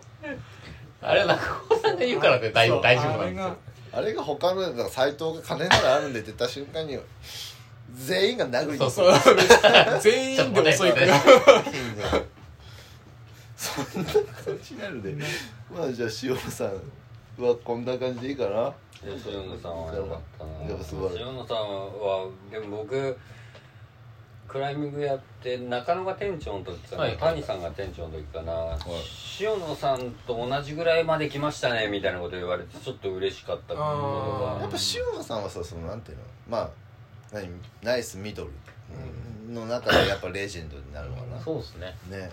S4: あれは中久保さんが言うからね大
S3: そう
S4: 大丈夫なんです
S3: あれ
S4: よ
S3: が
S1: あれが他のだから斎藤が金ならあるんでって言った瞬間に全員が殴りに行
S4: そう
S1: く
S4: そう
S3: 全員で遅いから
S1: そんな感じになるでまあじゃあ塩野さんはこんな感じでいいかな
S5: 吉野さんは良かったな
S1: やっぱ素晴らしい
S5: 塩野さんはでも僕クライミングやって中野が店長の時かな、
S2: はい
S5: 谷さんが店長の時かな、
S1: い
S5: 塩野さんと同じぐらいまで来ましたねみたいなこと言われてちょっと嬉しかったこと
S3: あー
S1: や
S5: が
S1: っぱ塩野さんはさそのなんていうのまあ何ナイスミドルうんの中でやっぱレジェンドになるのかな
S2: そうですね
S1: ね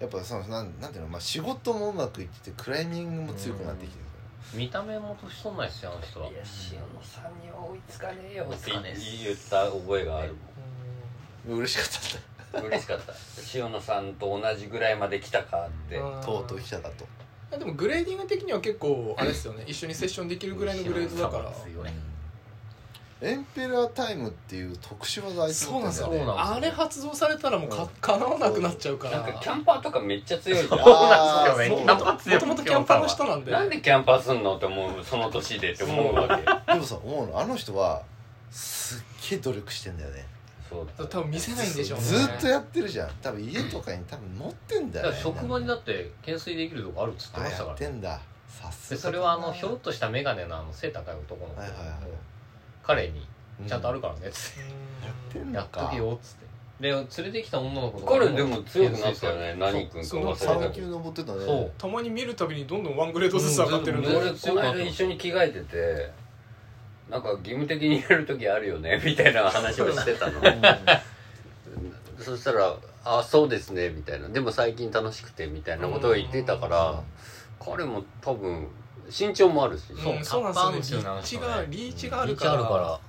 S1: やっぱそのなんなんていうの、まあ、仕事もうまくいっててクライミングも強くなってきてるから
S2: 見た目も年取んないっすよあの人はい
S5: や塩野さんには追いつかねえよって
S2: 追いつかねえっす
S5: 言った覚えがある
S1: 嬉しかったん
S5: もん嬉しかった塩野さんと同じぐらいまで来たかって
S3: うん
S1: だとうとう来たかと
S3: あでもグレーディング的には結構あれですよね一緒にセッションできるぐらいのグレードだから
S2: 強いね
S1: エンペラータイムっていう特殊技あいつ
S3: そう
S1: 持
S3: なん
S1: っ
S3: です
S1: てん
S3: よ
S1: だよね
S3: あれ発動されたらもうかかなわなくなっちゃうか
S5: な
S3: ら
S5: んかキャンパーとかめっちゃ強いじゃん
S1: あ
S2: そうなんです
S1: あー
S2: よねキャンパ強
S3: も
S2: い
S3: ともとキャンパーの人なんで
S5: なんでキャンパーすんのって思うその年でって思うわけ
S1: でもさ思うのあの人はすっげえ努力してんだよね
S5: そうだ
S3: 多分見せないんでしょうね
S1: ずっとやってるじゃん多分家とかに多分持ってんだ
S2: だ
S1: よ、
S2: か
S1: ね
S2: ら、職場にだって懸垂できるとこあるっつっ
S1: あ
S2: てました
S1: やっ
S2: から
S1: て
S2: ね
S1: んださす
S2: で
S1: が
S2: それはあのひょろっとした眼鏡のあの背高い男の子
S1: はいはいはい
S2: 彼に「ちゃんとある
S1: か
S2: からね」っつって
S3: うん
S1: やってん
S2: 「や
S1: の
S2: っと
S1: か
S2: けよ」っつってで連れてきた女の子とか
S5: 彼でも強くなったよね
S2: 懸垂して
S5: 何君か
S3: そう
S5: 忘
S1: 3
S5: れたけ
S1: 級
S5: ど
S1: 登ってたね
S2: そう
S3: たまに見るたびにどんどんワングレードずつ上がってるんで、
S2: うん
S5: 俺この間一緒に着替えててなんか義務的にやる時あるよねみたいな話をしてたのそしたら「あそうですね」みたいな「でも最近楽しくて」みたいなことを言ってたから彼も多分身長もあるし
S2: そう
S3: うんそうなんですよ
S2: カッパーの
S3: ねリー
S2: 人なんですよね
S3: チがリーチがあ
S2: リー
S3: るか
S2: チ
S3: ら
S2: あるか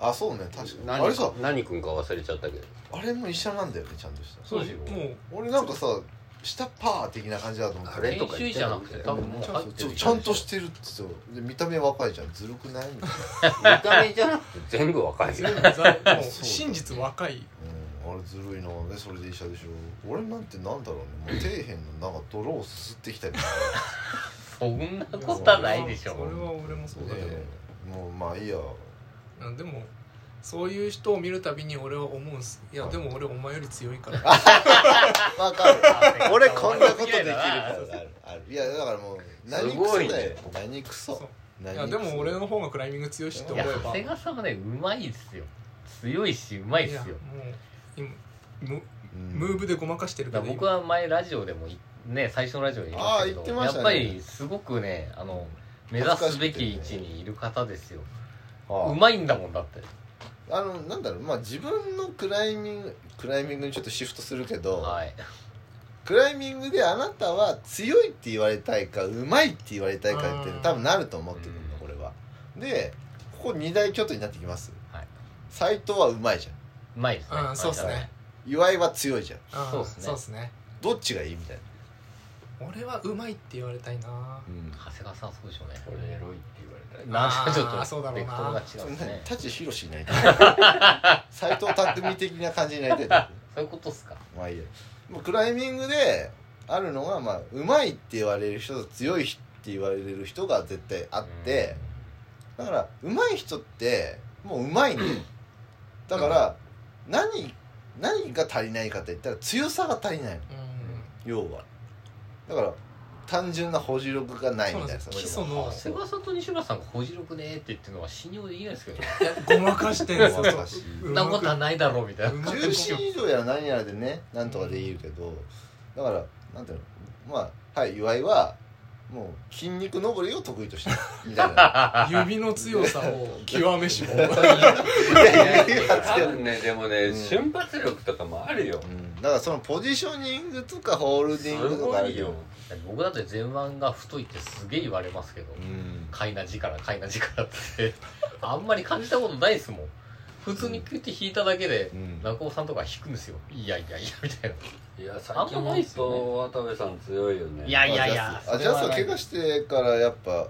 S2: ら
S1: あそうね確かにあ
S5: 何
S1: れさ
S5: 何君か忘れちゃったけど
S1: あれも医者なんだよねちゃんとした
S2: そうですよ
S3: もう
S1: 俺なんかさ下パー的な感じだと思って
S5: あれと
S2: 研
S5: か
S2: 修
S5: 言
S2: 医
S5: って
S2: じゃな
S5: た
S2: んく
S5: だ
S2: て
S5: よ
S2: 多分もう入って
S1: ちょ
S2: る
S1: ちゃんとしてるっつってたで見た目若いじゃんずるくないみたいな、
S5: 見た目じゃなくて全部若い
S3: 全部在もう
S1: そう
S3: 真実若い
S1: うん、あれずるいなねそれで医者でしょ俺なんてなんだろうねもう底辺のなんか泥をすすってきたりとか
S2: そんなことはないでしょ
S3: それは俺もそうだけど、
S1: ねもうまあ いいや
S3: うんでもそういう人を見るたびに俺は思うんすいやでも俺お前より強いから
S1: わかる 俺
S2: 俺
S1: こんなことできるからあるあるいやだからもう何
S5: す
S1: クソ
S5: ごい
S1: だよ
S5: ね
S1: 何クソ
S3: そう
S1: 何
S3: い
S1: クソ
S3: やでも俺の方がクライミング強いしって
S2: い
S3: 思え
S2: や
S3: ば
S2: 長谷川さんはねうまいっすよ強いしうまいっ
S3: いや
S2: す
S3: もう
S2: よ
S3: 今ム
S1: うん
S3: ムーブでごまかしてるけ
S2: だ
S3: ど
S2: から僕は前ラジオでもいね最初のラジオで言いましたけ
S1: あー言
S2: ど
S1: ってましたね
S2: やっぱりすごくねあの目指すべき位置にいる方ですよ、うまいんだもんだって
S1: あのなんだろうまあ自分のクライミングクライミングにちょっとシフトするけど、
S2: はい
S1: クライミングであなたは強いって言われたいかうまいって言われたいかって
S3: うん
S1: 多分なると思ってるんだ俺はでここ二大巨頭になってきます
S2: はい
S1: 斎、藤はうまいじゃん
S2: うまいですね
S3: うんそうっすね
S1: 岩井は強いじゃん
S3: うん
S2: そうっすね
S3: そうっすね
S1: どっちがいいみたいな、
S3: 俺はうまいって言われたいな
S2: 長谷川さんはそうでしょうね
S5: これエロいって言われた
S2: なんかちょっ
S3: あー
S2: と
S3: そうだろう
S2: ベ
S3: な
S2: クトルが違
S1: そ
S2: うんんです
S1: なに
S2: ね
S1: 舘ひろしになり たい斎藤匠的な感じになりたい
S2: そういうことっすか
S1: まあいいやもうクライミングであるのがまあうまいって言われる人と強い人って言われる人が絶対あって、だからうまい人ってもううまいねだから何何が足りないかといったら強さが足りないの
S3: うん
S1: 要はだから単純な保持力がないみたいな
S3: そうなんですよ基礎の
S2: 長谷川さんと西村さんが「ほじろくね」って言ってるのは信用できないですけどね
S3: ごまかしてんです
S1: ご
S3: よ
S1: まかし
S2: そんなことはないだろうみたいな
S1: 重心移動やら何やらでねなんとかできるけどだからなんていうのまあはい岩井はもう筋肉登りを得意としてるみたい な
S3: 指の強さを極めしも
S5: 多分ねでもね、
S1: うん
S5: 瞬発力とかもあるよ
S1: うんだからそのポジショニングとかホールディングとかあるけど
S2: 僕だって前腕が太いってすげえ言われますけど
S1: うん
S2: かいな力かいな力ってあんまり感じたことないですもん普通にピュッて引いただけで
S1: うん
S2: 落語さんとか引くんですよいやいやいやみたい
S5: いや最
S2: あん
S5: 近
S2: まないっすよね
S5: 本当渡部さん強いよね
S2: ないやいやいや
S1: あジャスは
S2: それはない
S1: 怪我してからやっぱ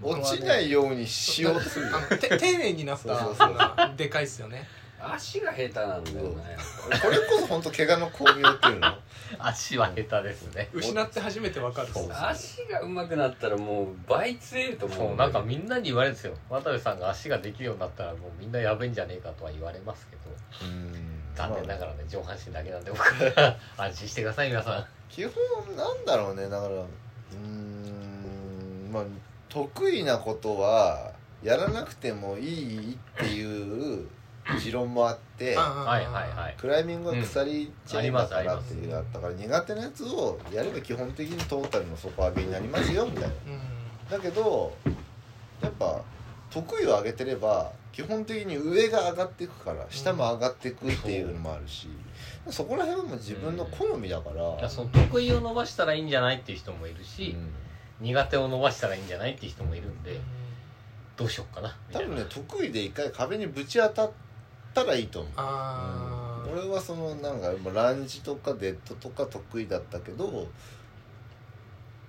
S1: 落ちないようにしようとする
S3: あのて丁寧になっ
S1: そうそう
S3: たでかいっすよね
S5: 足が下手なんだよね
S1: これこそ本当怪我の巧妙っていうの
S2: 足は下手ですね
S3: 失って初めてわかるっす
S2: そう
S5: 足が上手くなったらもう倍強いと思う
S2: そうなんかみんなに言われるんですよ渡部さんが足ができるようになったらもうみんなやべえんじゃねえかとは言われますけど
S1: うん
S2: 残念ながらね上半身だけなんで僕安心してください皆さ
S1: 基本なんだろうねだからうーんまあ得意なことはやらなくてもいいっていう持論もあって
S3: は
S2: はいはいはい
S1: クライミングは鎖チェーンだか
S2: うんあり
S1: ら
S2: ま
S1: っ
S2: す
S1: ていうのがあったから苦手なやつをやれば基本的にトータルの底上げになりますよみたいな。
S3: うん
S1: だけどやっぱ得意を上げてれば基本的に上が上がっていくから下も上がっていくっていうのもあるし、そこら辺はもう自分の好みだから、
S2: いやその得意を伸ばしたらいいんじゃないっていう人もいるし、
S1: うん
S2: 苦手を伸ばしたらいいんじゃないっていう人もいるんでどうしよっかなみ
S1: 多
S2: たい
S1: 分
S2: な
S1: ね得意で一回壁にぶち当たったらいいと思う。
S3: あー
S1: 俺はそのなんかもうランジとかデッドとか得意だったけど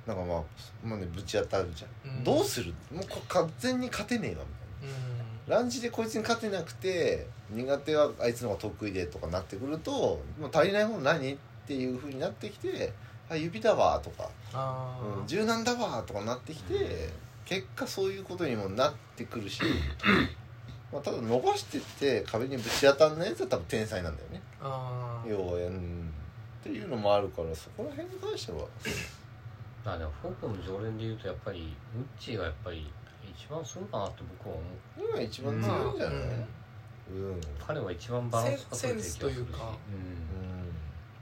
S1: なんかまあ、まあね、ぶち当たるじゃん、
S3: うん
S1: どうするもうこ完全に勝てねえわみたいな。
S3: うん
S1: ランチでこいつに勝てなくて苦手はあいつの方が得意でとかなってくるともう足りないもの何っていう風になってきてあ指だわとか、
S3: あ
S1: うん、
S3: ー
S1: 柔軟だわとかなってきて結果そういうことにもなってくる しまあただ伸ばしてって壁にぶち当たんないやつは多分天才なんだよね
S3: あー
S1: 要は、うん、っていうのもあるからそこら辺に関しては
S2: まあでもフォークの常連でいうとやっぱりムッチーがやっぱり一番そうかなって僕は思う
S1: 今一番強いんじゃない、うんうん
S2: 彼は一番バランスが取れてる気がする
S3: センスと
S2: し
S3: いうか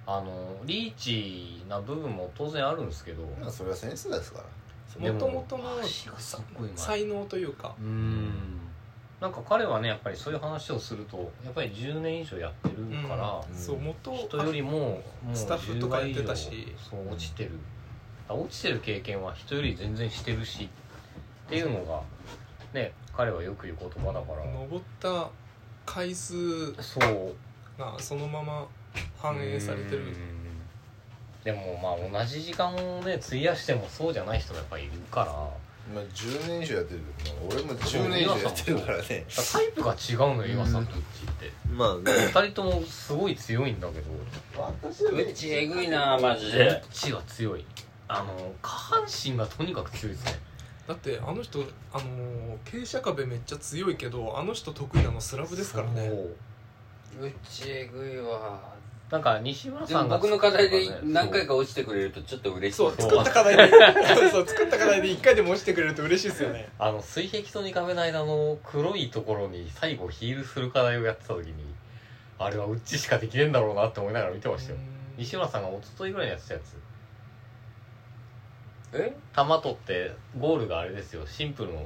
S2: うんあのリーチな部分も当然あるんですけど
S1: まあそれはセンスですから
S2: で
S3: もともとの
S2: 足がすっごいうまい
S3: 才能というか
S2: うんなんか彼はねやっぱりそういう話をするとやっぱり10年以上やってるから、
S1: うん
S3: そう元
S2: 人よりももう
S3: スタッフとかやってたし
S2: 10倍以上そう落ちてる、落ちてる経験は人より全然してるしっていうのがね彼はよく言う言葉だから
S3: 登った回数
S2: そう
S3: がそのまま反映されて
S2: うん
S3: る
S2: でもまあ同じ時間をね費やしてもそうじゃない人がやっぱりいるから
S1: まあ、10年以上やってるけど俺も10年以上やってるからね
S2: だからタイプが違うのよ岩さんとうちって
S1: まあね
S2: 2人ともすごい強いんだけどう
S1: 私は
S5: うちえぐいなマジで
S2: ちは強いあの下半身がとにかく強いですね
S3: だってあの人あのー傾斜壁めっちゃ強いけどあの人得意なのスラブですからね
S2: そう
S5: うちえぐいわ
S2: なんか西村
S5: で
S2: さ
S5: も
S2: んが
S5: 僕の課題で何回
S2: か
S5: か落ちてくれるとちょっと嬉しい
S3: そう
S2: そう
S3: 作った課 題でそうそう作った課題で1回でも落ちてくれると嬉しいですよね
S2: あの水壁と2カメの間の黒いところに最後ヒールする課題をやってた時にあれはうっちしかできねえんだろうなって思いながら見てましたよ西村さんが一昨日ぐらいにやってたやつ
S5: え
S2: 球取ってゴールがあれですよシンプルの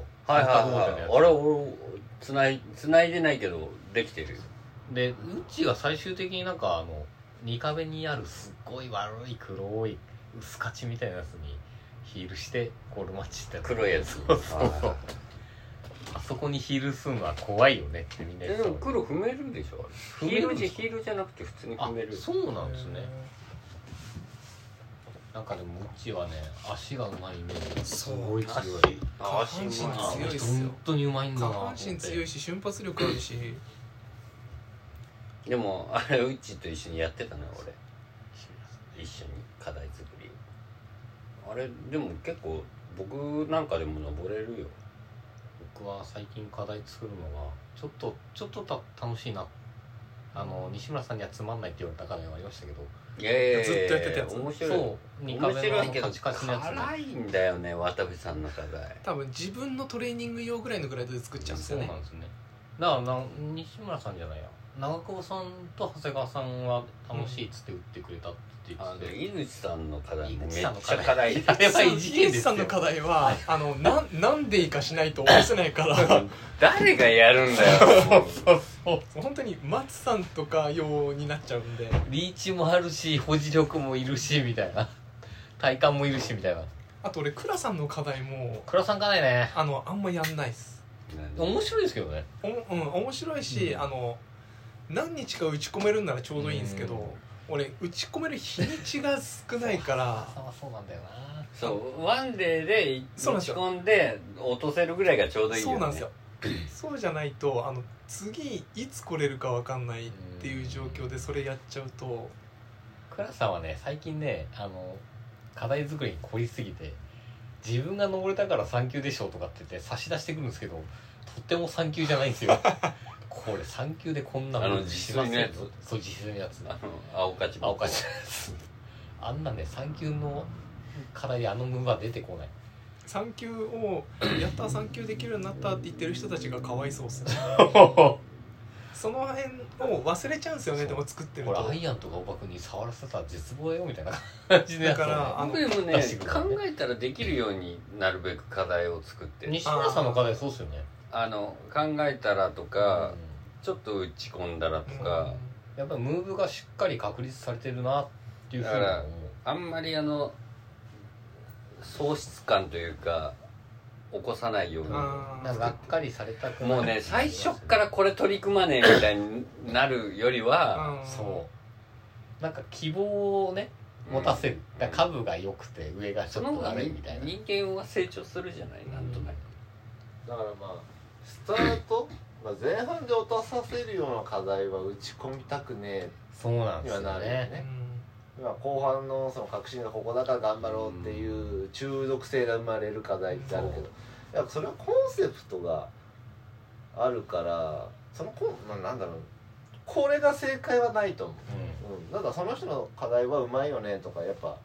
S2: サ
S5: はい
S2: ッカーボール
S5: はい
S2: の
S5: は
S2: や
S5: い
S2: つ
S5: あれ俺つない繋いでないけどできてるよ
S2: でうちが最終的になんかあの2壁にあるすっごい悪い黒い薄勝ちみたいなやつにヒールしてゴールマッチって
S5: 黒いやつ
S2: そうそう
S5: はい
S2: そ
S5: は
S2: うあそこにヒールするのは怖いよねってみんな言
S5: え
S2: っ
S5: で
S2: てた
S5: も黒踏めるでしょヒ
S2: 踏め
S5: ー
S2: る
S5: ル
S2: ん
S5: じ
S2: で
S5: ゃ
S2: すか
S5: ヒールじゃなくて普通に
S2: あ
S5: 踏める
S2: そうなんですねなんかでもうちはね足がうまいイメージすごい強い
S5: 足あ足
S3: 下
S5: も
S3: 半身強いっすよ
S2: 本当にうまいんだ
S3: 下
S2: なと思
S3: 半
S2: って
S3: 身強いし瞬発力あるし
S5: でも あれうちと一緒にやってたのよ俺一緒に課題作りあれでも結構僕なんかでも登れるよ
S2: 僕は最近課題作るのがちょっとちょっとた楽しいなあの西村さんにはつまんないって言われた課題がありましたけど
S5: いやいやいや
S3: ずっとやってたやつ
S5: 面白い
S2: そう2
S5: 面
S2: 壁の
S5: 白
S2: あ
S5: い
S2: の
S5: けど
S2: カチカチのやつね
S5: 辛いんだよね渡部さんの課題
S3: 多分自分のトレーニング用ぐらいのグライドで作っちゃうんです
S2: そう
S3: よ
S2: な
S3: ね
S2: んですねだからな西村さんじゃないや長久保さんと長谷川さんは楽しいっつって打ってくれたって言
S5: あ
S2: っ
S5: の
S2: てて
S5: 井口さんの課題
S2: 井
S5: もめっ
S2: 口
S5: ち
S2: さ
S5: ゃ
S2: んの課題
S5: 辛い
S2: あれは
S3: そう
S2: 異次元で
S3: イエス
S2: す
S3: さ
S2: よ
S3: んの課題はあのななんでいいかしないと落とせないから
S5: 誰がやるんだよ
S3: 本当に松さんとか用になっちゃうんで
S2: リーチもあるし保持力もいるしみたいな体幹もいるしみたいな
S3: あと俺倉さんの課題も
S2: 倉さんかないね
S3: あのあんまやんないっす
S2: 面白いですけどね
S3: おもうん面白いし、あの何日か打ち込めるんならちょうどいいんですけど、
S2: うん
S3: 俺打ち込める日にちが少ないから
S2: さんはそうなんだよな
S5: そうワンデーで
S3: そう
S5: 打
S3: なんです
S5: ち
S3: よ
S5: 込んで落とせるぐらいがちょうどいいよね
S3: そうなんですよそうじゃないとあの次いつ来れるか分かんないっていう状況でそれやっちゃうと
S2: 倉さんはね最近ねあの課題作りに凝りすぎて自分が登れたから3級でしょとかって言って差し出してくるんですけどとっても3級じゃないん ですよこれ3級でこんな
S5: あの
S2: しません
S5: 自炊のやつ
S2: そう自炊のやつ
S5: あの青勝ち
S2: あおかしいですあんなね3級の課題であのムーブは出てこない
S3: 産休をやった産休できるようになったって言ってる人たちがかわいそうっすねその辺を忘れちゃうんですよねでも作ってる
S5: ことれアイアンとかオバ君に触らせたら絶望だよみたいな感じのやつだね
S3: だからあの
S5: 僕でもね
S2: 出してくる
S5: 考えたらできるようになるべく課題を作って
S2: 西村さんの課題そうっすよね
S5: あの考えたらとか、
S2: う
S5: ちょっと打ち込んだらと
S3: う
S5: か
S3: ん、
S2: んやっぱりムーブがしっかり確立されてるなっていうふうに
S5: だから
S2: 思
S5: あんまりあの喪失感というか起こさないように
S3: あ
S2: うなんか
S3: ー
S2: がっかりされたくない
S5: もうね最初っからこれ取り組まねえみたいになるよりは
S3: うん
S2: そうなんか希望をね持たせる、だから株が良くて上がち
S5: そ
S2: ょっ
S5: の方
S2: と
S5: が
S2: 悪い
S5: 人
S2: みたいな
S5: 間は成長するじゃないなんとなく
S1: だからまあスタートまあ前半で落とさせるような課題は打ち込みたくねえ
S2: そうなんです
S1: には
S2: よ
S1: なるよ
S2: ね
S1: ねまあ後半のその確信がここだから頑張ろうっていう中毒性が生まれる課題ってあるけどやっぱそれはコンセプトがあるからそのコン、まあ、なんだろうこれが正解はないと思う
S2: うん
S1: うん、なんかその人の課題はうまいよねとかやっぱ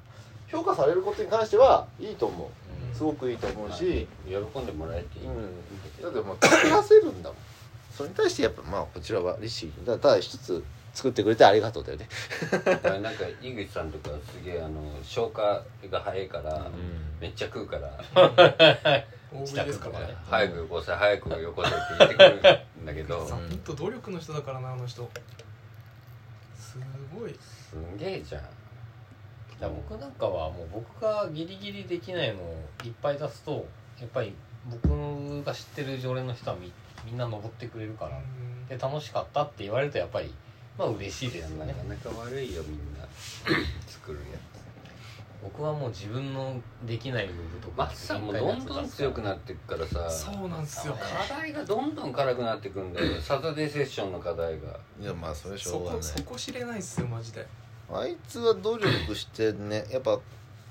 S1: 評価されることに関してはいいと思うすごくいいと思うし、
S5: 喜んでもらえていい、
S1: うん、だってもう作らせるんだもんそれに対してやっぱまあこちらは利子だただ一つ作ってくれてありがとうだよね
S5: だからなんか井口さんとかすげえあの消化が早いから、めっちゃ食うから
S3: 大食い
S2: 宅
S3: ですから
S2: とか
S3: ね
S2: ね
S5: 早くよこせ早くよこせって言ってくるんだけ ど
S3: さ本当努力の人だからなあの人すごい
S5: すんげえじゃん
S2: いや僕なんかはもう僕がギリギリできないのをいっぱい出すとやっぱり僕が知ってる常連の人はみみんな登ってくれるから
S3: うん
S2: で楽しかったって言われるとやっぱりまあ嬉しい
S5: い
S2: で
S5: や
S2: すよ
S5: な
S2: ね
S5: かなか悪いよみんな作るやつ
S2: 僕はもう自分のできない部分とか
S5: マッサンもどんどん強くなってくからさ
S3: そうなんですよ
S5: 課題がどんどん辛くなってくんだよサタデーセッションの課題が
S1: いやまあそれしょ
S3: そう
S1: が
S3: こ
S1: ない
S3: そこ知れないっすよマジで
S1: あいつは努力してねやっぱ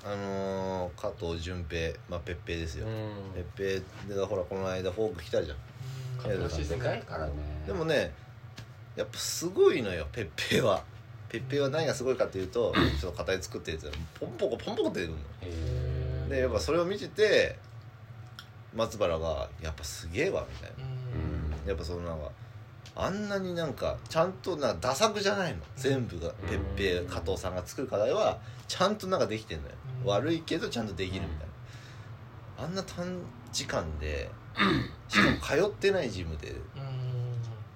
S1: あのー加藤純平まあペッペです
S2: う
S1: よ、
S2: ん
S1: ペッペでほらこの間フォーク来たじゃん
S3: うん
S1: いやだから
S3: しいっす
S5: で
S3: ね
S5: かいからね
S1: でもねやっぱすごいのよペッペはペッペは何がすごいかっていうとちょっと課題作ってるやつはポンポコポンポコ出てくるの
S5: へー
S1: でやっぱそれを見てて松原が「やっぱすげえわ」みたいな
S5: うん
S1: やっぱそのなんかあんなになんかちゃんとなんかダサくじゃないの全部が哲平加藤さんが作る課題はちゃんとなんかできてんのよ
S3: うん
S1: 悪いけどちゃんとできるみたいなあんな短時間 でしかも通ってないジムで
S3: うんうん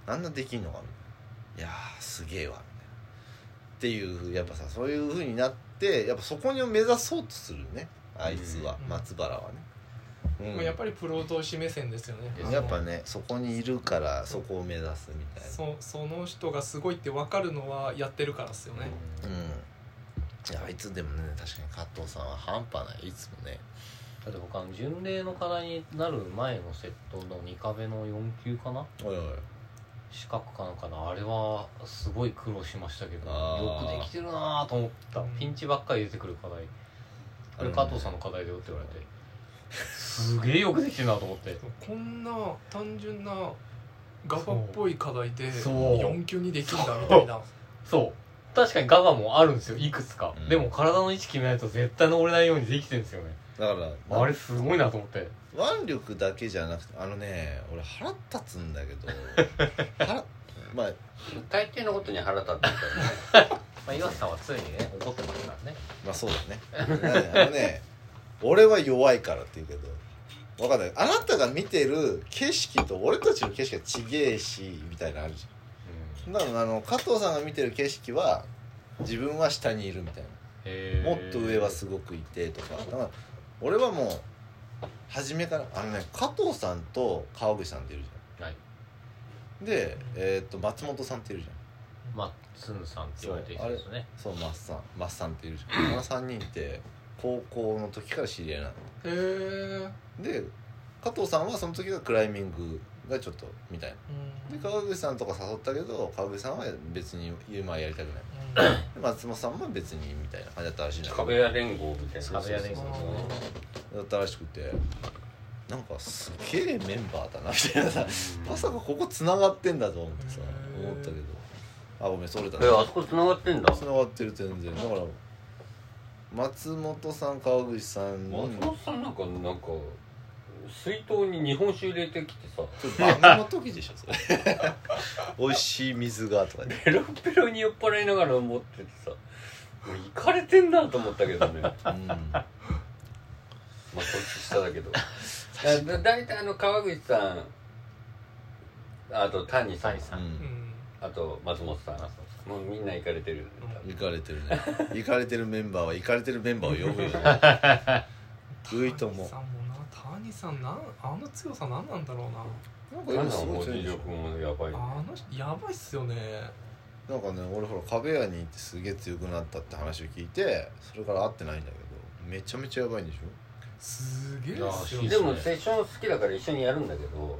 S1: あんなできんのかみたいないやーすげえわみたいなっていうやっぱさそういうふうになってやっぱそこに目指そうとするねあいつは、
S3: うん
S1: 松原はね、うん
S3: まあやっぱりプロ投資目線ですよね
S1: やっぱねそこにいるからそこを目指すみたい
S3: そその人がすごいって分かるのはやってるからっすよね
S1: なうんいやあいつでもね確かに加藤さんは半端ないいつもね
S2: だって僕あの巡礼の課題になる前のセットの2壁の4級かな
S1: おいおい
S2: 四角かなんかなあれはすごい苦労しましたけど
S1: あ
S2: よ
S1: ー
S2: くできてるなと思ったピンチばっかり出てくる課題あれ加藤さんの課題だよって言われてすげえよくできてるなと思って
S3: こんな単純なガバっぽい課題で
S2: そう
S3: 4級にできるんだみたいな
S2: そう確かにガバもあるんですよいくつか、
S1: うん
S2: でも体の位置決めないと絶対登れないようにできてるんですよね
S1: だから
S2: あれすごいなと思って
S1: 腕力だけじゃなくてあのね俺腹立つんだけ ど腹まあ
S5: 大抵のことに腹立ってたよね
S2: まあ岩瀬さんは常にね怒ってますからね
S1: まあそうだねあのね俺は弱いからって言うけど分かんないあなたが見てる景色と俺たちの景色がちげえしみたいなのあるじゃんだからあの加藤さんが見てる景色は自分は下にいるみたい
S2: へ
S1: なもっと上はすごくいてとかだから俺はもう初めからあのね加藤さんと川口さんっているじゃん
S2: はい
S1: で、えーっと松本さんっているじゃん
S2: まあつんさんって言われてる人ですね
S1: そうマッサンマッサンっているじゃんこの3人って高校の時から知り合いなの
S3: へえ
S1: で加藤さんはその時がクライミングがちょっとみたいなで川口さんとか誘ったけど川口さんは別に今やりたくないで松本さんも別にみたいな感じだったらし いな
S5: 壁屋連合みたいな
S2: 壁屋連合
S1: だったらしくてなんかすげえメンバーだなみたいなさまさかここ繋がってんだと思ってさ
S3: へー
S1: 思ったけどあごめんそれた
S5: えあそこ繋がってんだ
S1: 繋がってる全然だから松本さん川口さんの
S5: 松本さんなんかなんか水筒に日本酒入れてきてさ
S1: ちょっと番組の時でしょ それ美味しい水がとかね
S5: ペロペロに酔っ払いながら持っててさもういかれてんなと思ったけどねまあ
S1: うん
S5: 年下だけどだだ大体あの川口さんあと谷さん
S2: 谷さ
S1: う
S3: うんん
S5: あと松本さんもうみんな行かれてるよね多分
S1: 行かれてるね行かれてるメンバーは行かれてるメンバーを呼ぶよ ねういと
S3: 谷
S1: も
S3: さんもな谷さんなんあの強さ何なんだろうな
S1: なんか
S5: 谷
S1: 今
S5: さ
S1: す
S5: ん
S1: ご
S5: も
S1: い強い
S5: 実
S1: でし
S5: 力もやばいね
S3: あの人やばいっすよね
S1: ょなんかね俺ほら壁屋に行ってすげえ強くなったって話を聞いてそれから会ってないんだけどめちゃめちゃやばいんでしょ
S3: すげえっすよ
S2: い
S3: ね
S2: や
S5: でもセッション好きだから一緒にやるんだけど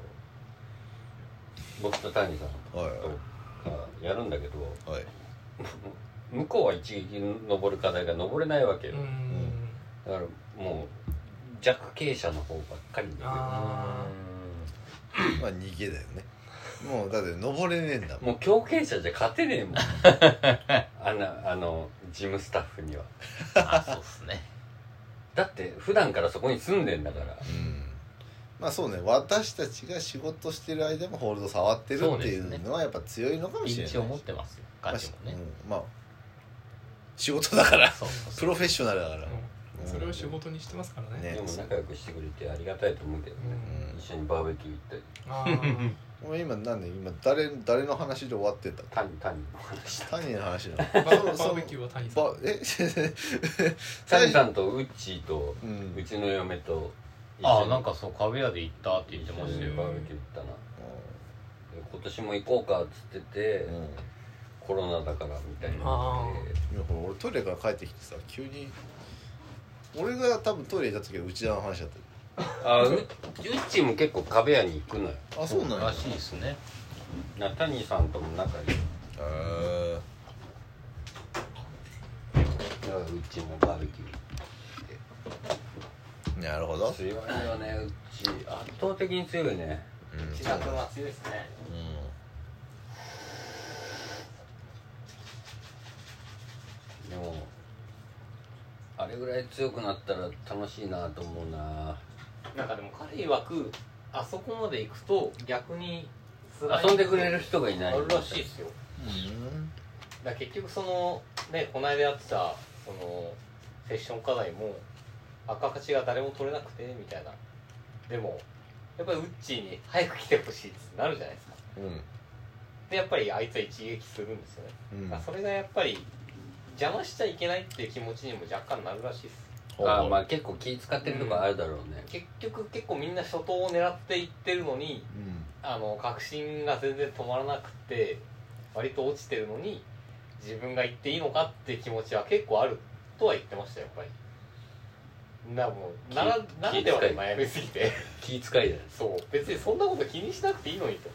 S5: 僕と谷さん
S1: はい
S5: とかやるんだけど
S1: はい
S5: 向こうは一撃登る課題が登れないわけ
S3: う
S5: よ、
S3: ん
S5: だからもう弱傾斜の方ばっかりだよ
S3: あ
S1: まあ逃げだよねもうだって登れねえんだもん
S5: もう強傾斜じゃ勝てねえもんあのあのジムスタッフには
S2: あそうっ すね
S5: だって普段からそこに住んでんだから
S1: うんまあそうね私たちが仕事してる間もホールド触ってるってい
S2: そうです
S1: う
S2: ね
S1: のはやっぱ強いのかもしれ
S2: 一
S1: ない
S2: 応持ってますよガチも
S1: ま
S2: ね
S1: あうんまあ仕事だから
S2: そうそ
S1: プ
S2: うそう
S1: ロフェッショナルだから
S3: あ、うんそれを仕事にしてますからね
S1: ね
S5: でも仲良くしてくれてありがたいと思うけど
S3: う
S5: ね、
S3: ん
S5: 一緒にバーベキュー行ったり
S3: あー
S1: もう今なんで今誰誰の話で終わってた
S5: 谷谷の話
S1: 谷の話な
S3: バ
S1: の
S3: ーバーベキューは谷さん
S1: ばえ
S5: 谷
S1: 最初
S5: さんとウッチーと
S1: う
S5: うんちの嫁と一
S2: あ
S5: 緒
S2: あ
S5: に
S2: なんかそう壁屋で行ったって言ってましたよ
S5: 一緒にバーベキュー行ったなで今年も行こうかっつってて、
S1: うん
S5: コロナだからみたいな
S3: あ
S5: ので
S1: いやほら俺トイレから帰ってきてさ急に俺が多分トイレ行った時は内田の話だっ
S5: あううっちーも結構壁屋に行くのよ
S1: たあそうなんや
S2: らしいですね
S5: な谷さんとも仲いい
S1: へー
S5: だからうっちーもバーベキュー
S1: なるほど、
S5: 強いよねうっちー圧倒的に強いね
S1: うん
S2: 千田君は強いですね
S1: う
S5: でもあれぐらい強くなったら楽しいなと思うな
S2: なんかでも彼曰くあそこまで行くと逆に
S5: 遊んでくれる人がいない
S2: あるらしいですよ
S1: ん
S2: だから結局そのねこの間やってたそのセッション課題も赤八が誰も取れなくてみたいなでもやっぱりウッチーに早く来てほしいってなるじゃないですか
S1: うん
S2: でやっぱりあいつは一撃するんですよね、
S1: うん
S2: だからそれがやっぱり邪魔しちゃいけないっていう気持ちにも若干なるらしいです
S5: あまあ結構気使ってるとこあるだろうね、
S2: 結局結構みんな初頭を狙っていってるのに
S1: うん
S2: あの確信が全然止まらなくて割と落ちてるのに自分が行っていいのかって気持ちは結構あるとは言ってましたよやっぱりなもうなら
S5: 気
S2: なんで俺悩みすぎて
S5: 気使いじゃない
S2: そう別にそんなこと気にしなくていいのにと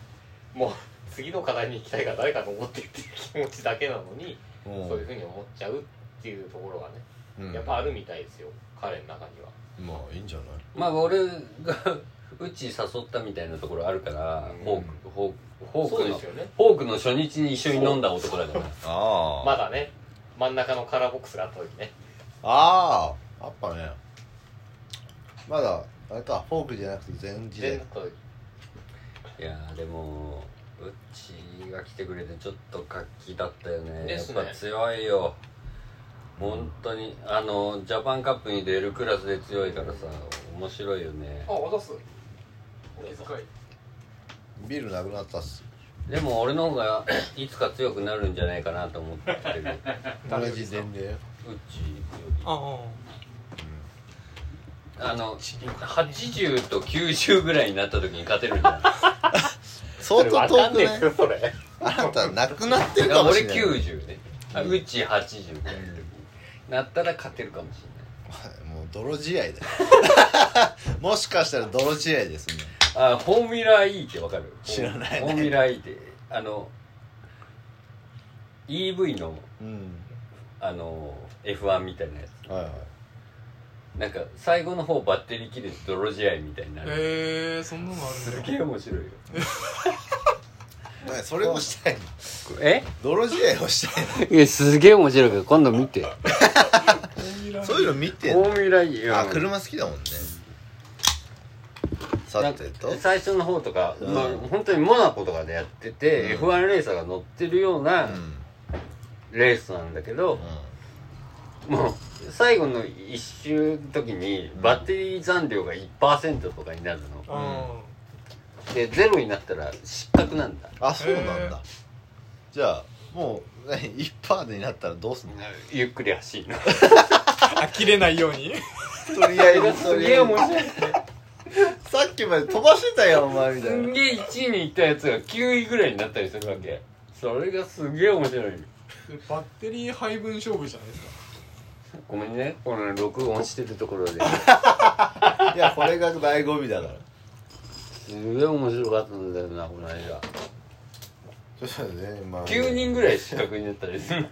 S2: もう次の課題に行きたいから誰か登ってっていう気持ちだけなのに
S1: うん
S2: そういうふうに思っちゃうっていうところがね
S1: うん
S2: やっぱあるみたいですよ彼の中には
S1: まあいいんじゃない
S5: まあ俺が うち誘ったみたいなところあるから、
S2: うん
S5: ホークホークホ
S2: そう
S5: ーク
S2: で
S5: の
S2: すよね
S5: ホークの初日に一緒に飲んだ男だから
S1: あ
S2: まだね真ん中のカラーボックスがあった時ね
S1: あああったねまだあれかフォークじゃなくて全時
S2: 全
S1: 代
S2: 然だった時
S5: いやーでもうちが来てくれてちょっと活気だったよね
S2: ですね
S5: やっぱ強いよ本当にあのジャパンカップに出るクラスで強いからさ面白いよね
S2: あ渡す
S1: ビールなくなったっす
S5: でも俺の方がいつか強くなるんじゃないかなと思ってるう
S1: 同
S3: 誰よりで
S1: じ
S3: すか
S1: 年齢
S5: ちより
S3: ああ
S5: あの80と90ぐらいになった時に勝てる んだ
S1: 相当遠くね
S2: よそれ
S1: あなたなくなってるかもしれな
S5: 俺
S1: い俺
S5: 90ねあうち80みたいな時になったら勝てるかもし
S1: もう泥仕合だよ もしかしたら泥仕合ですね
S5: れないあフォーミュラー E ってわかる
S1: 知らないね
S5: フォーミュラー E ってあの EV の
S1: うん
S5: あの F1 みたいなや
S1: はいはい
S5: つなんか最後の方バッテリー切れて泥仕合みたい になる
S3: ええそんなのあ
S5: す
S3: るんだ
S5: げえ面白いよ
S1: 何それをしたいの
S5: え
S1: 泥仕合をしたいの
S5: いやすげえ面白いから今度見て
S1: そういうの見てんの
S5: 大未来や
S1: あ車好きだもんねさてと
S5: 最初の方とか、
S1: うん
S5: まあ、本当にモナコとかでやってて、
S1: うん
S5: F1 レーサーが乗ってるよう
S1: う
S5: なんレースなんだけど、もう最後の1周の時にバッテリー残量が1%とかになるの
S3: あ
S5: でゼロになったら失格なんだ
S1: あそうなんだ、
S3: へー
S1: じゃあもう 何1パーでになったらどうすんの
S5: ゆっくり走るの
S3: あ切れないように
S1: とりあえずと
S5: す
S1: り
S5: げえ
S1: あえ
S5: 面白い
S1: ずさっきまで飛ばしてたよお前みた
S5: す
S1: い
S5: ん
S1: な
S5: げえ1位にいったやつが9位ぐらいになったりするわけそれがすげえ面白い
S3: バッテリー配分勝負じゃないですか
S5: ごめんねこの録音してるところで
S1: いやこれが醍醐味だから
S5: すげえ面白かったんだよなこの間
S1: そうしたらねまあ
S5: 9人ぐらい失格になったりする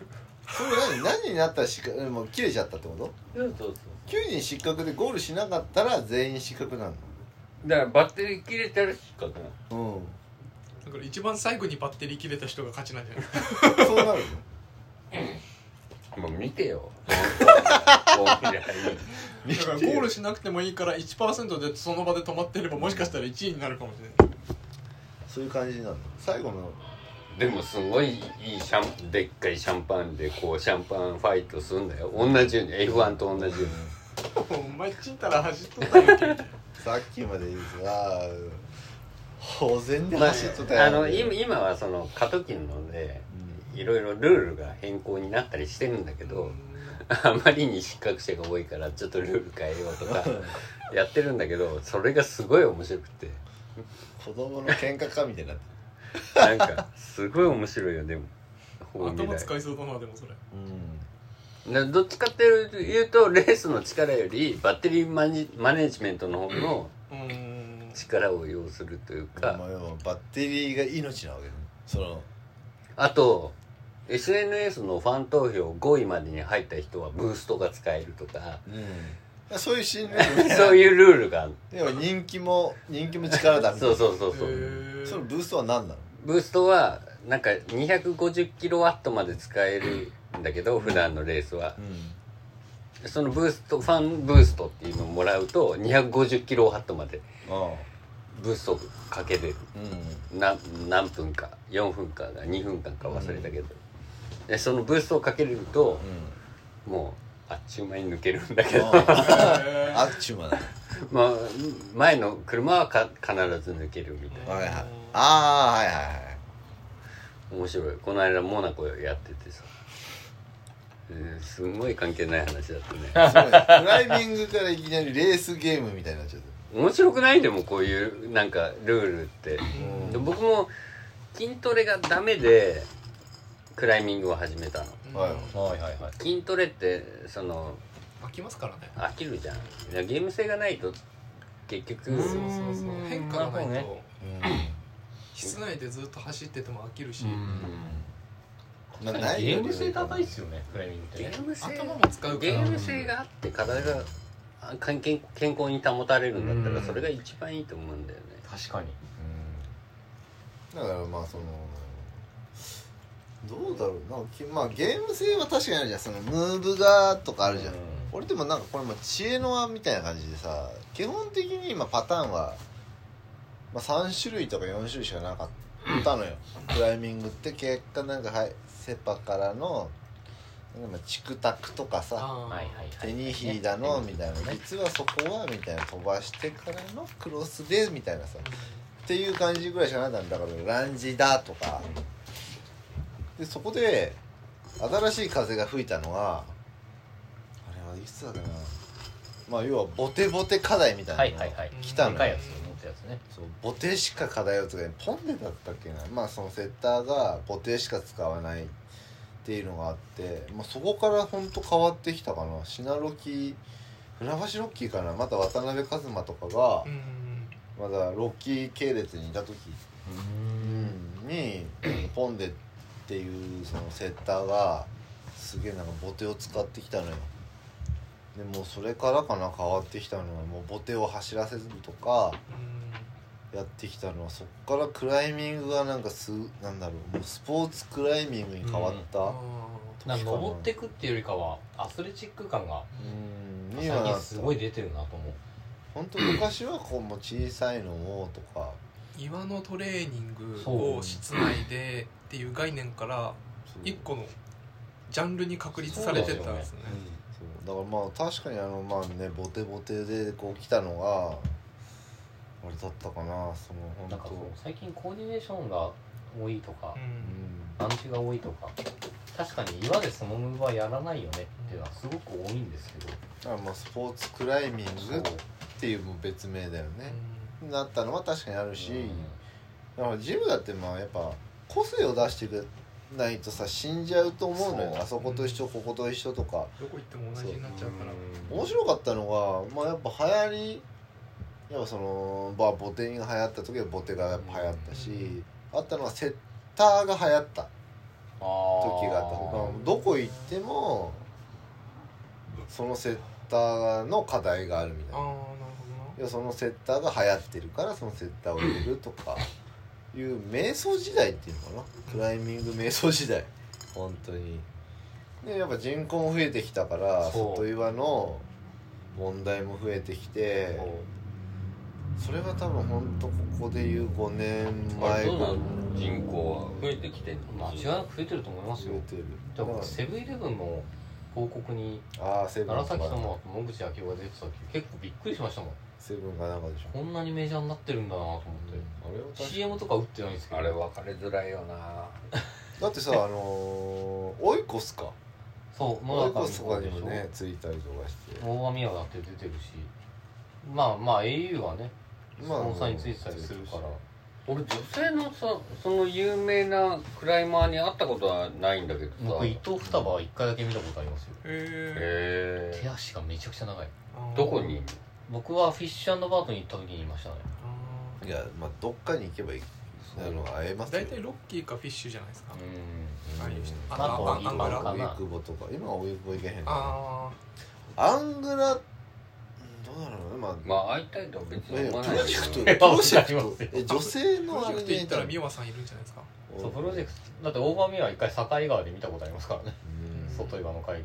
S1: それ何何になったら失格もう切れちゃったってこと
S5: そうそうそう
S1: ?9 人失格でゴールしなかったら全員失格な
S5: だからバッテリー切れたら失格なの
S1: のうん
S3: だから一番最後にバッテリー切れた人が勝ちなんじゃないですか
S1: そうなるの
S5: もう見て よ
S1: 見
S3: だから
S1: て
S3: ゴー
S1: よ
S3: ルしなくてもいいから1%でその場で止まってればもしかしたら1位になるかもしれない
S1: そういう感じなの最後の
S5: でもすごいいいシャンでっかいシャンパンでこうシャンパンファイトするんだよ同じように F1 と同じように
S3: お前ちんたら走っとったやんけ
S1: さっきまでさ保全で
S5: まあ
S1: 走っとったや
S5: あ
S1: ん
S5: の今今はその過渡期なので
S1: うん
S5: いろいろルールが変更になったりしてるんだけど、あまりに失格者が多いからちょっとルール変えようとかやってるんだけどそれがすごい面白くて
S1: 子供の喧嘩かみたいになって
S5: なんかすごい面白いよでも方未
S3: 頭
S5: 来
S3: 使いそうだなでもそれ
S1: うん
S5: などっちかっていうとレースの力よりバッテリーマニマネジメントの方の
S3: うーん
S5: 力を要するというか、
S1: まあ要はバッテリーが命なわけねその
S5: あと SNS のファン投票5位までに入った人はブーストが使えるとか
S1: うんそういう心理論
S5: そういうルールがある
S1: でも人気も人気も力だみたい
S5: そう
S1: な
S5: そうそうそう、
S3: へー
S1: そのブーストは何なの
S5: ブーストはなんか250キロワットまで使えるんだけど普段のレースはそのブーストファンブーストっていうのをもらうと250キロワットまで
S1: ああ
S5: ブーストかけれる
S1: うん
S5: な何分か4分間か2分間か忘れたけど、でそのブーストをかけれるともうあっちゅう間に抜けるんだけど
S1: あ
S3: へー
S1: ああっちゅうまだ
S5: まあ前の車はか必ず抜けるみたいな
S1: はいはいああはいはいはい
S5: 面白いこの間モナコやっててさ、えーすごい関係ない話だったね
S1: すごいクライミングからいきなりレースゲームみたいになっちゃっ
S5: 面白くないでもこういうなんかルールって
S1: ん
S5: で僕も筋トレがダメでクライミングを始めたの
S3: うん
S1: たはいはいはいはい
S5: 筋トレってその
S3: 飽きますからね
S5: 飽きるじゃんいやゲーム性がないと結局
S3: そうそうそう変化がない
S5: まあ
S3: と室内でずっと走ってても飽きるし
S1: うんまあない
S2: ゲ
S1: よ
S2: ー
S1: りは
S2: ム性高いっすよねクライミングっ
S5: ゲ
S2: てね
S5: ーム性
S3: 頭も使うか
S5: ゲ
S3: ら
S5: ーム性があって体があ健健健康に保たれるんだった
S2: う
S5: ら
S2: ん
S5: それが一番いいと思うんだよね
S2: 確かに
S1: うんだからまあそのどうだろうなんかきまあゲーム性は確かにあるじゃんそのムーブがとかあるじゃん、
S2: うん
S1: 俺でもなんかこれも知恵の輪みたいな感じでさ基本的に今パターンは、まあ、3種類とか4種類しかなかったのよクライミングって結果なんかはいセパからのなんかまあチクタクとかさ
S3: あー
S2: はいはいはい
S1: 手にひいだのみたいな実はそこはみたいな飛ばしてからのクロスでみたいなさっていう感じぐらいしかなかったんだからランジだとかでそこで新しい風が吹いたのはあれはいくつだかなまあ要はボテボテ課題みた
S2: はいい
S1: な
S2: は
S1: の
S2: い
S1: が
S2: はい
S1: 来た
S2: で
S1: の
S2: かい
S1: よ
S2: やつ持ったやつね
S1: そうボテしか課題を使えないポンデだったっけなまあそのセッターがボテしか使わないっていうのがあって、まあ、そこからほんと変わってきたかなシナロキ船橋ロッキーかなまた渡辺一馬とかが
S3: うん
S1: まだロッキー系列にいた時にポンデっていうそのセッターがすげえなんかボテを使ってきたのよでもうそれからかな変わってきたのはもうボテを走らせるとか
S3: う
S1: やってきたのはそこからクライミングがなんかすなんだろうもうスポーツクライミングに変わった
S3: ん
S2: なんか登ってくっていうよりかはアスレチック感が
S1: うん
S2: 最近すごい出てるなと思う
S1: 本当昔はこうもう小さいのをとか
S3: 岩のトレーニング
S2: そ
S3: を
S2: う
S3: 室内でっていう概念から
S1: そう
S3: 一個のジャンルに確立されてったんですね
S1: そうだからまあ確かにあのまあねボテボテでこう来たのがあれだったかなその本
S2: なんか
S1: 当
S2: そう最近コーディネーションが多いとか
S3: うん
S2: 団地が多いとか確かに岩でそのムーブはやらないよねっていうのはすごく多いんですけど
S1: うんあまあスポーツクライミングっていう別名だよね、なったのは確かにあるし、だからジムだってまあやっぱ個性を出してくないとさ死んじゃうと思うのよ
S2: そう
S1: あそこと一緒ここと一緒とか
S3: どこ行っても同じになっちゃうから
S1: 面白かったのがまあやっぱ流行りやっぱそのまあボテが流行った時はボテがやっぱ流行ったし、あったのはセッターが流行った時
S2: 時
S1: があったまあどこ行ってもそのセッターの課題があるみたい
S3: ああ
S1: な
S3: なるほ
S1: 要はそのセッターが流行ってるからそのセッターを入れるとかいう瞑想時代っていうのかなクライミング瞑想時代本当にでやっぱ人口も増えてきたから
S2: そう
S1: 外岩の問題も増えてきてそれが多分本当ここでいう5年
S5: あ
S1: 前
S5: れどうな
S1: らい
S5: の人口は増えてきてんの
S2: 間違いなく増えてると思います
S1: 増
S2: よ
S1: えてる
S2: だからセブンイレブンの広告に
S1: ああセブン
S2: 楢崎
S1: とか
S2: 智と野口昭夫が出てた時結構びっくりしましたもん
S1: セブンかなんかでしょ
S2: こんなにメジャーになってるんだなと思っ
S1: あれは確
S2: て
S1: か
S2: CM とか打ってないんですけど
S5: あれ分かれづらいよな
S1: だってさあのー、オイコスか
S2: そう
S1: オイ
S2: 野中
S1: コ
S2: の
S1: スとかにもねついたりとかして
S2: 大網屋だって出てるしまあまあ au はねス
S1: まあ
S2: ポンサーについてたりするから、
S5: 俺女性のさその有名なクライマーに会ったことはないんだけどさ
S2: 僕伊
S5: へ
S2: 藤双葉は一回だけ見たことありますよ
S3: どへ
S5: え
S2: 手足がめちゃくちゃ長い
S5: どこにいんの
S2: 僕はフィッシュバートに行った時にいましたね
S1: いやまあどっかに行けばいいあの会えます
S3: だいたいロッキーかフィッシュじゃないですか
S2: うん
S3: ああいう人
S1: あ
S2: まあ
S3: あアング
S2: か
S3: ラ
S1: 荻
S2: な
S1: 窪とか今は荻窪行けへんの
S3: あ
S1: アングラうんどうなのねまあ、
S5: まあ会いたいとは別に
S1: え
S5: 思わ
S1: プ
S5: ない
S1: ロ
S5: け
S1: ジェ
S5: ど
S1: クトプロジェ
S2: いやわか
S1: ク
S2: り
S1: トえ女性
S3: あプロ
S1: の
S3: ジ
S1: あれ
S3: ェク
S1: に
S3: ト行ったら美和さんいるんじゃないですか
S2: そうプロジェクトだって大網屋は一回境川で見たことありますからね外岩の会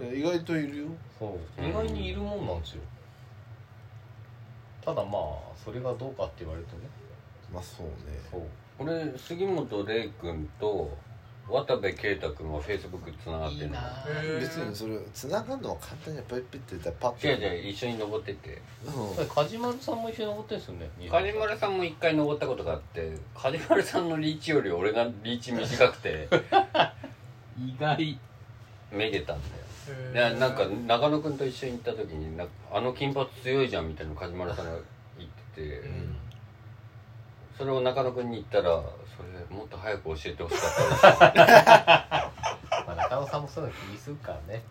S2: 議
S1: うん意外といるよ
S2: そう
S5: うん
S2: 意外にいるもんなんですよただまあそれがどうかって言われるとね
S1: まあそうね
S2: そう
S5: 俺杉本玲君と渡部圭太君はフェイスブックつながってるの
S3: へー
S1: 別にそれ繋がるのは簡単にパイピって言ったらパッと
S5: 違う違う一緒に登ってて
S1: うん
S2: それ梶丸さんも一緒に登ってるんですよね
S5: 梶丸さんも一回登ったことがあって梶丸さんのリーチより俺がリーチ短く て
S2: 意外
S5: めげたんだよ
S3: へ
S5: で
S3: ー
S5: なんか中野君と一緒に行った時になあの金髪強いじゃんみたいな梶丸さんが言って
S3: う
S5: て
S3: ん
S5: それを中野君に言ったらそれもっと早く教えてほしかった
S2: まあ、中野さんもそういうの気にするからね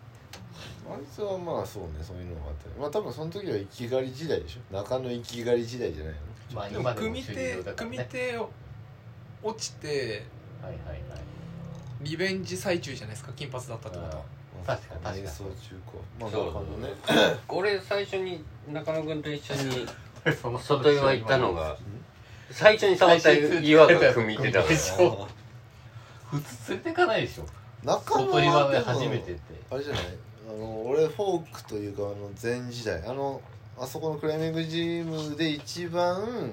S1: あいつはまあそうねそういうのがあったりまあ多分その時は生きがり時代でしょ中野生きがり時代じゃないの
S2: まあ
S3: でも
S2: 今でも
S3: 組
S2: 終
S3: 手
S2: 了だから
S3: 組
S2: ね
S3: 手落ちて
S2: はいはいはい
S3: リベンジ最中じゃないですか金髪だったってことは
S2: 確かに確かに
S1: 瞑想中かまあな
S5: そ
S1: る
S5: う
S1: ほどね
S5: 俺最初に中野君と一緒に
S2: その
S5: 外岩行ったのが最初に触った岩が組み手 だから
S2: そう普通連れてかないでしょ
S1: 中野
S2: 外岩
S1: は
S2: で
S1: でも
S2: 初めてって
S1: あれじゃないあの俺フォークというかあの前時代あのあそこのクライミングジムで一番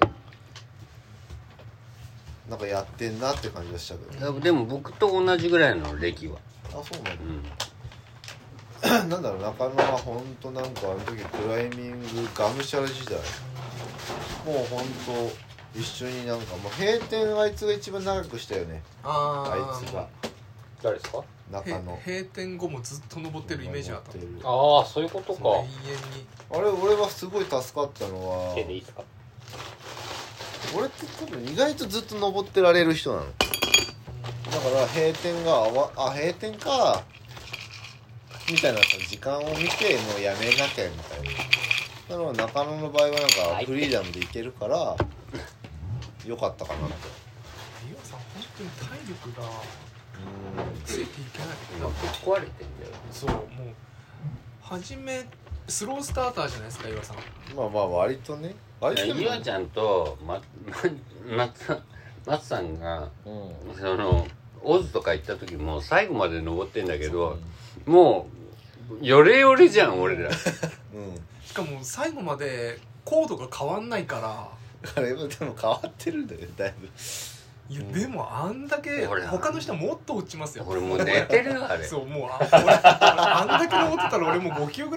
S1: なんかやってんなって感じがしたけど
S5: でも僕と同じぐらいの歴は、
S1: あそうなんだ
S5: うん、
S1: なんだろう中野は本当なんかあの時クライミングがむしゃら時代もう本当一緒になんかもう閉店あいつが一番長くしたよねあ
S3: あ
S1: いつ
S3: ー
S1: が
S5: 誰ですか
S1: 中
S3: へ
S1: 野
S3: 閉店後もずっと登ってるイメージあった
S1: 登ってる
S5: ああそういうこと
S3: 永遠に
S1: あれ俺はすごい助かったのは
S2: 手でいいですか
S1: 俺って多分意外とずっと登ってられる人なのだから閉店があわあ閉店かみたいなさ時間を見てもうやめなきゃみたいななので中野の場合はなんかフリーダムでいけるから良かったかなって
S3: 美和さん本当に体力がついていけない
S5: 今ぶっ壊れてんだよ
S3: そうもう初めスロースターターじゃないですか岩さん
S1: まあまあ割とね割と
S5: い
S1: ね
S5: や岩ち ゃんとまま松松さんが
S1: うん
S5: そのオズとか行った時も最後まで登ってんだけどもうヨレヨレじゃん俺ら
S1: うん
S3: しかも最後までコードが変わんないから
S1: あれもでも変わってるんだよだいぶ
S3: いや、
S1: うん
S3: でもあんだけ
S5: ほら
S3: 他の人はもっと落ちますよ
S5: 俺もう寝てるあれ
S3: そうもうあ俺俺あんだけ登ってたら俺もう5級ぐらい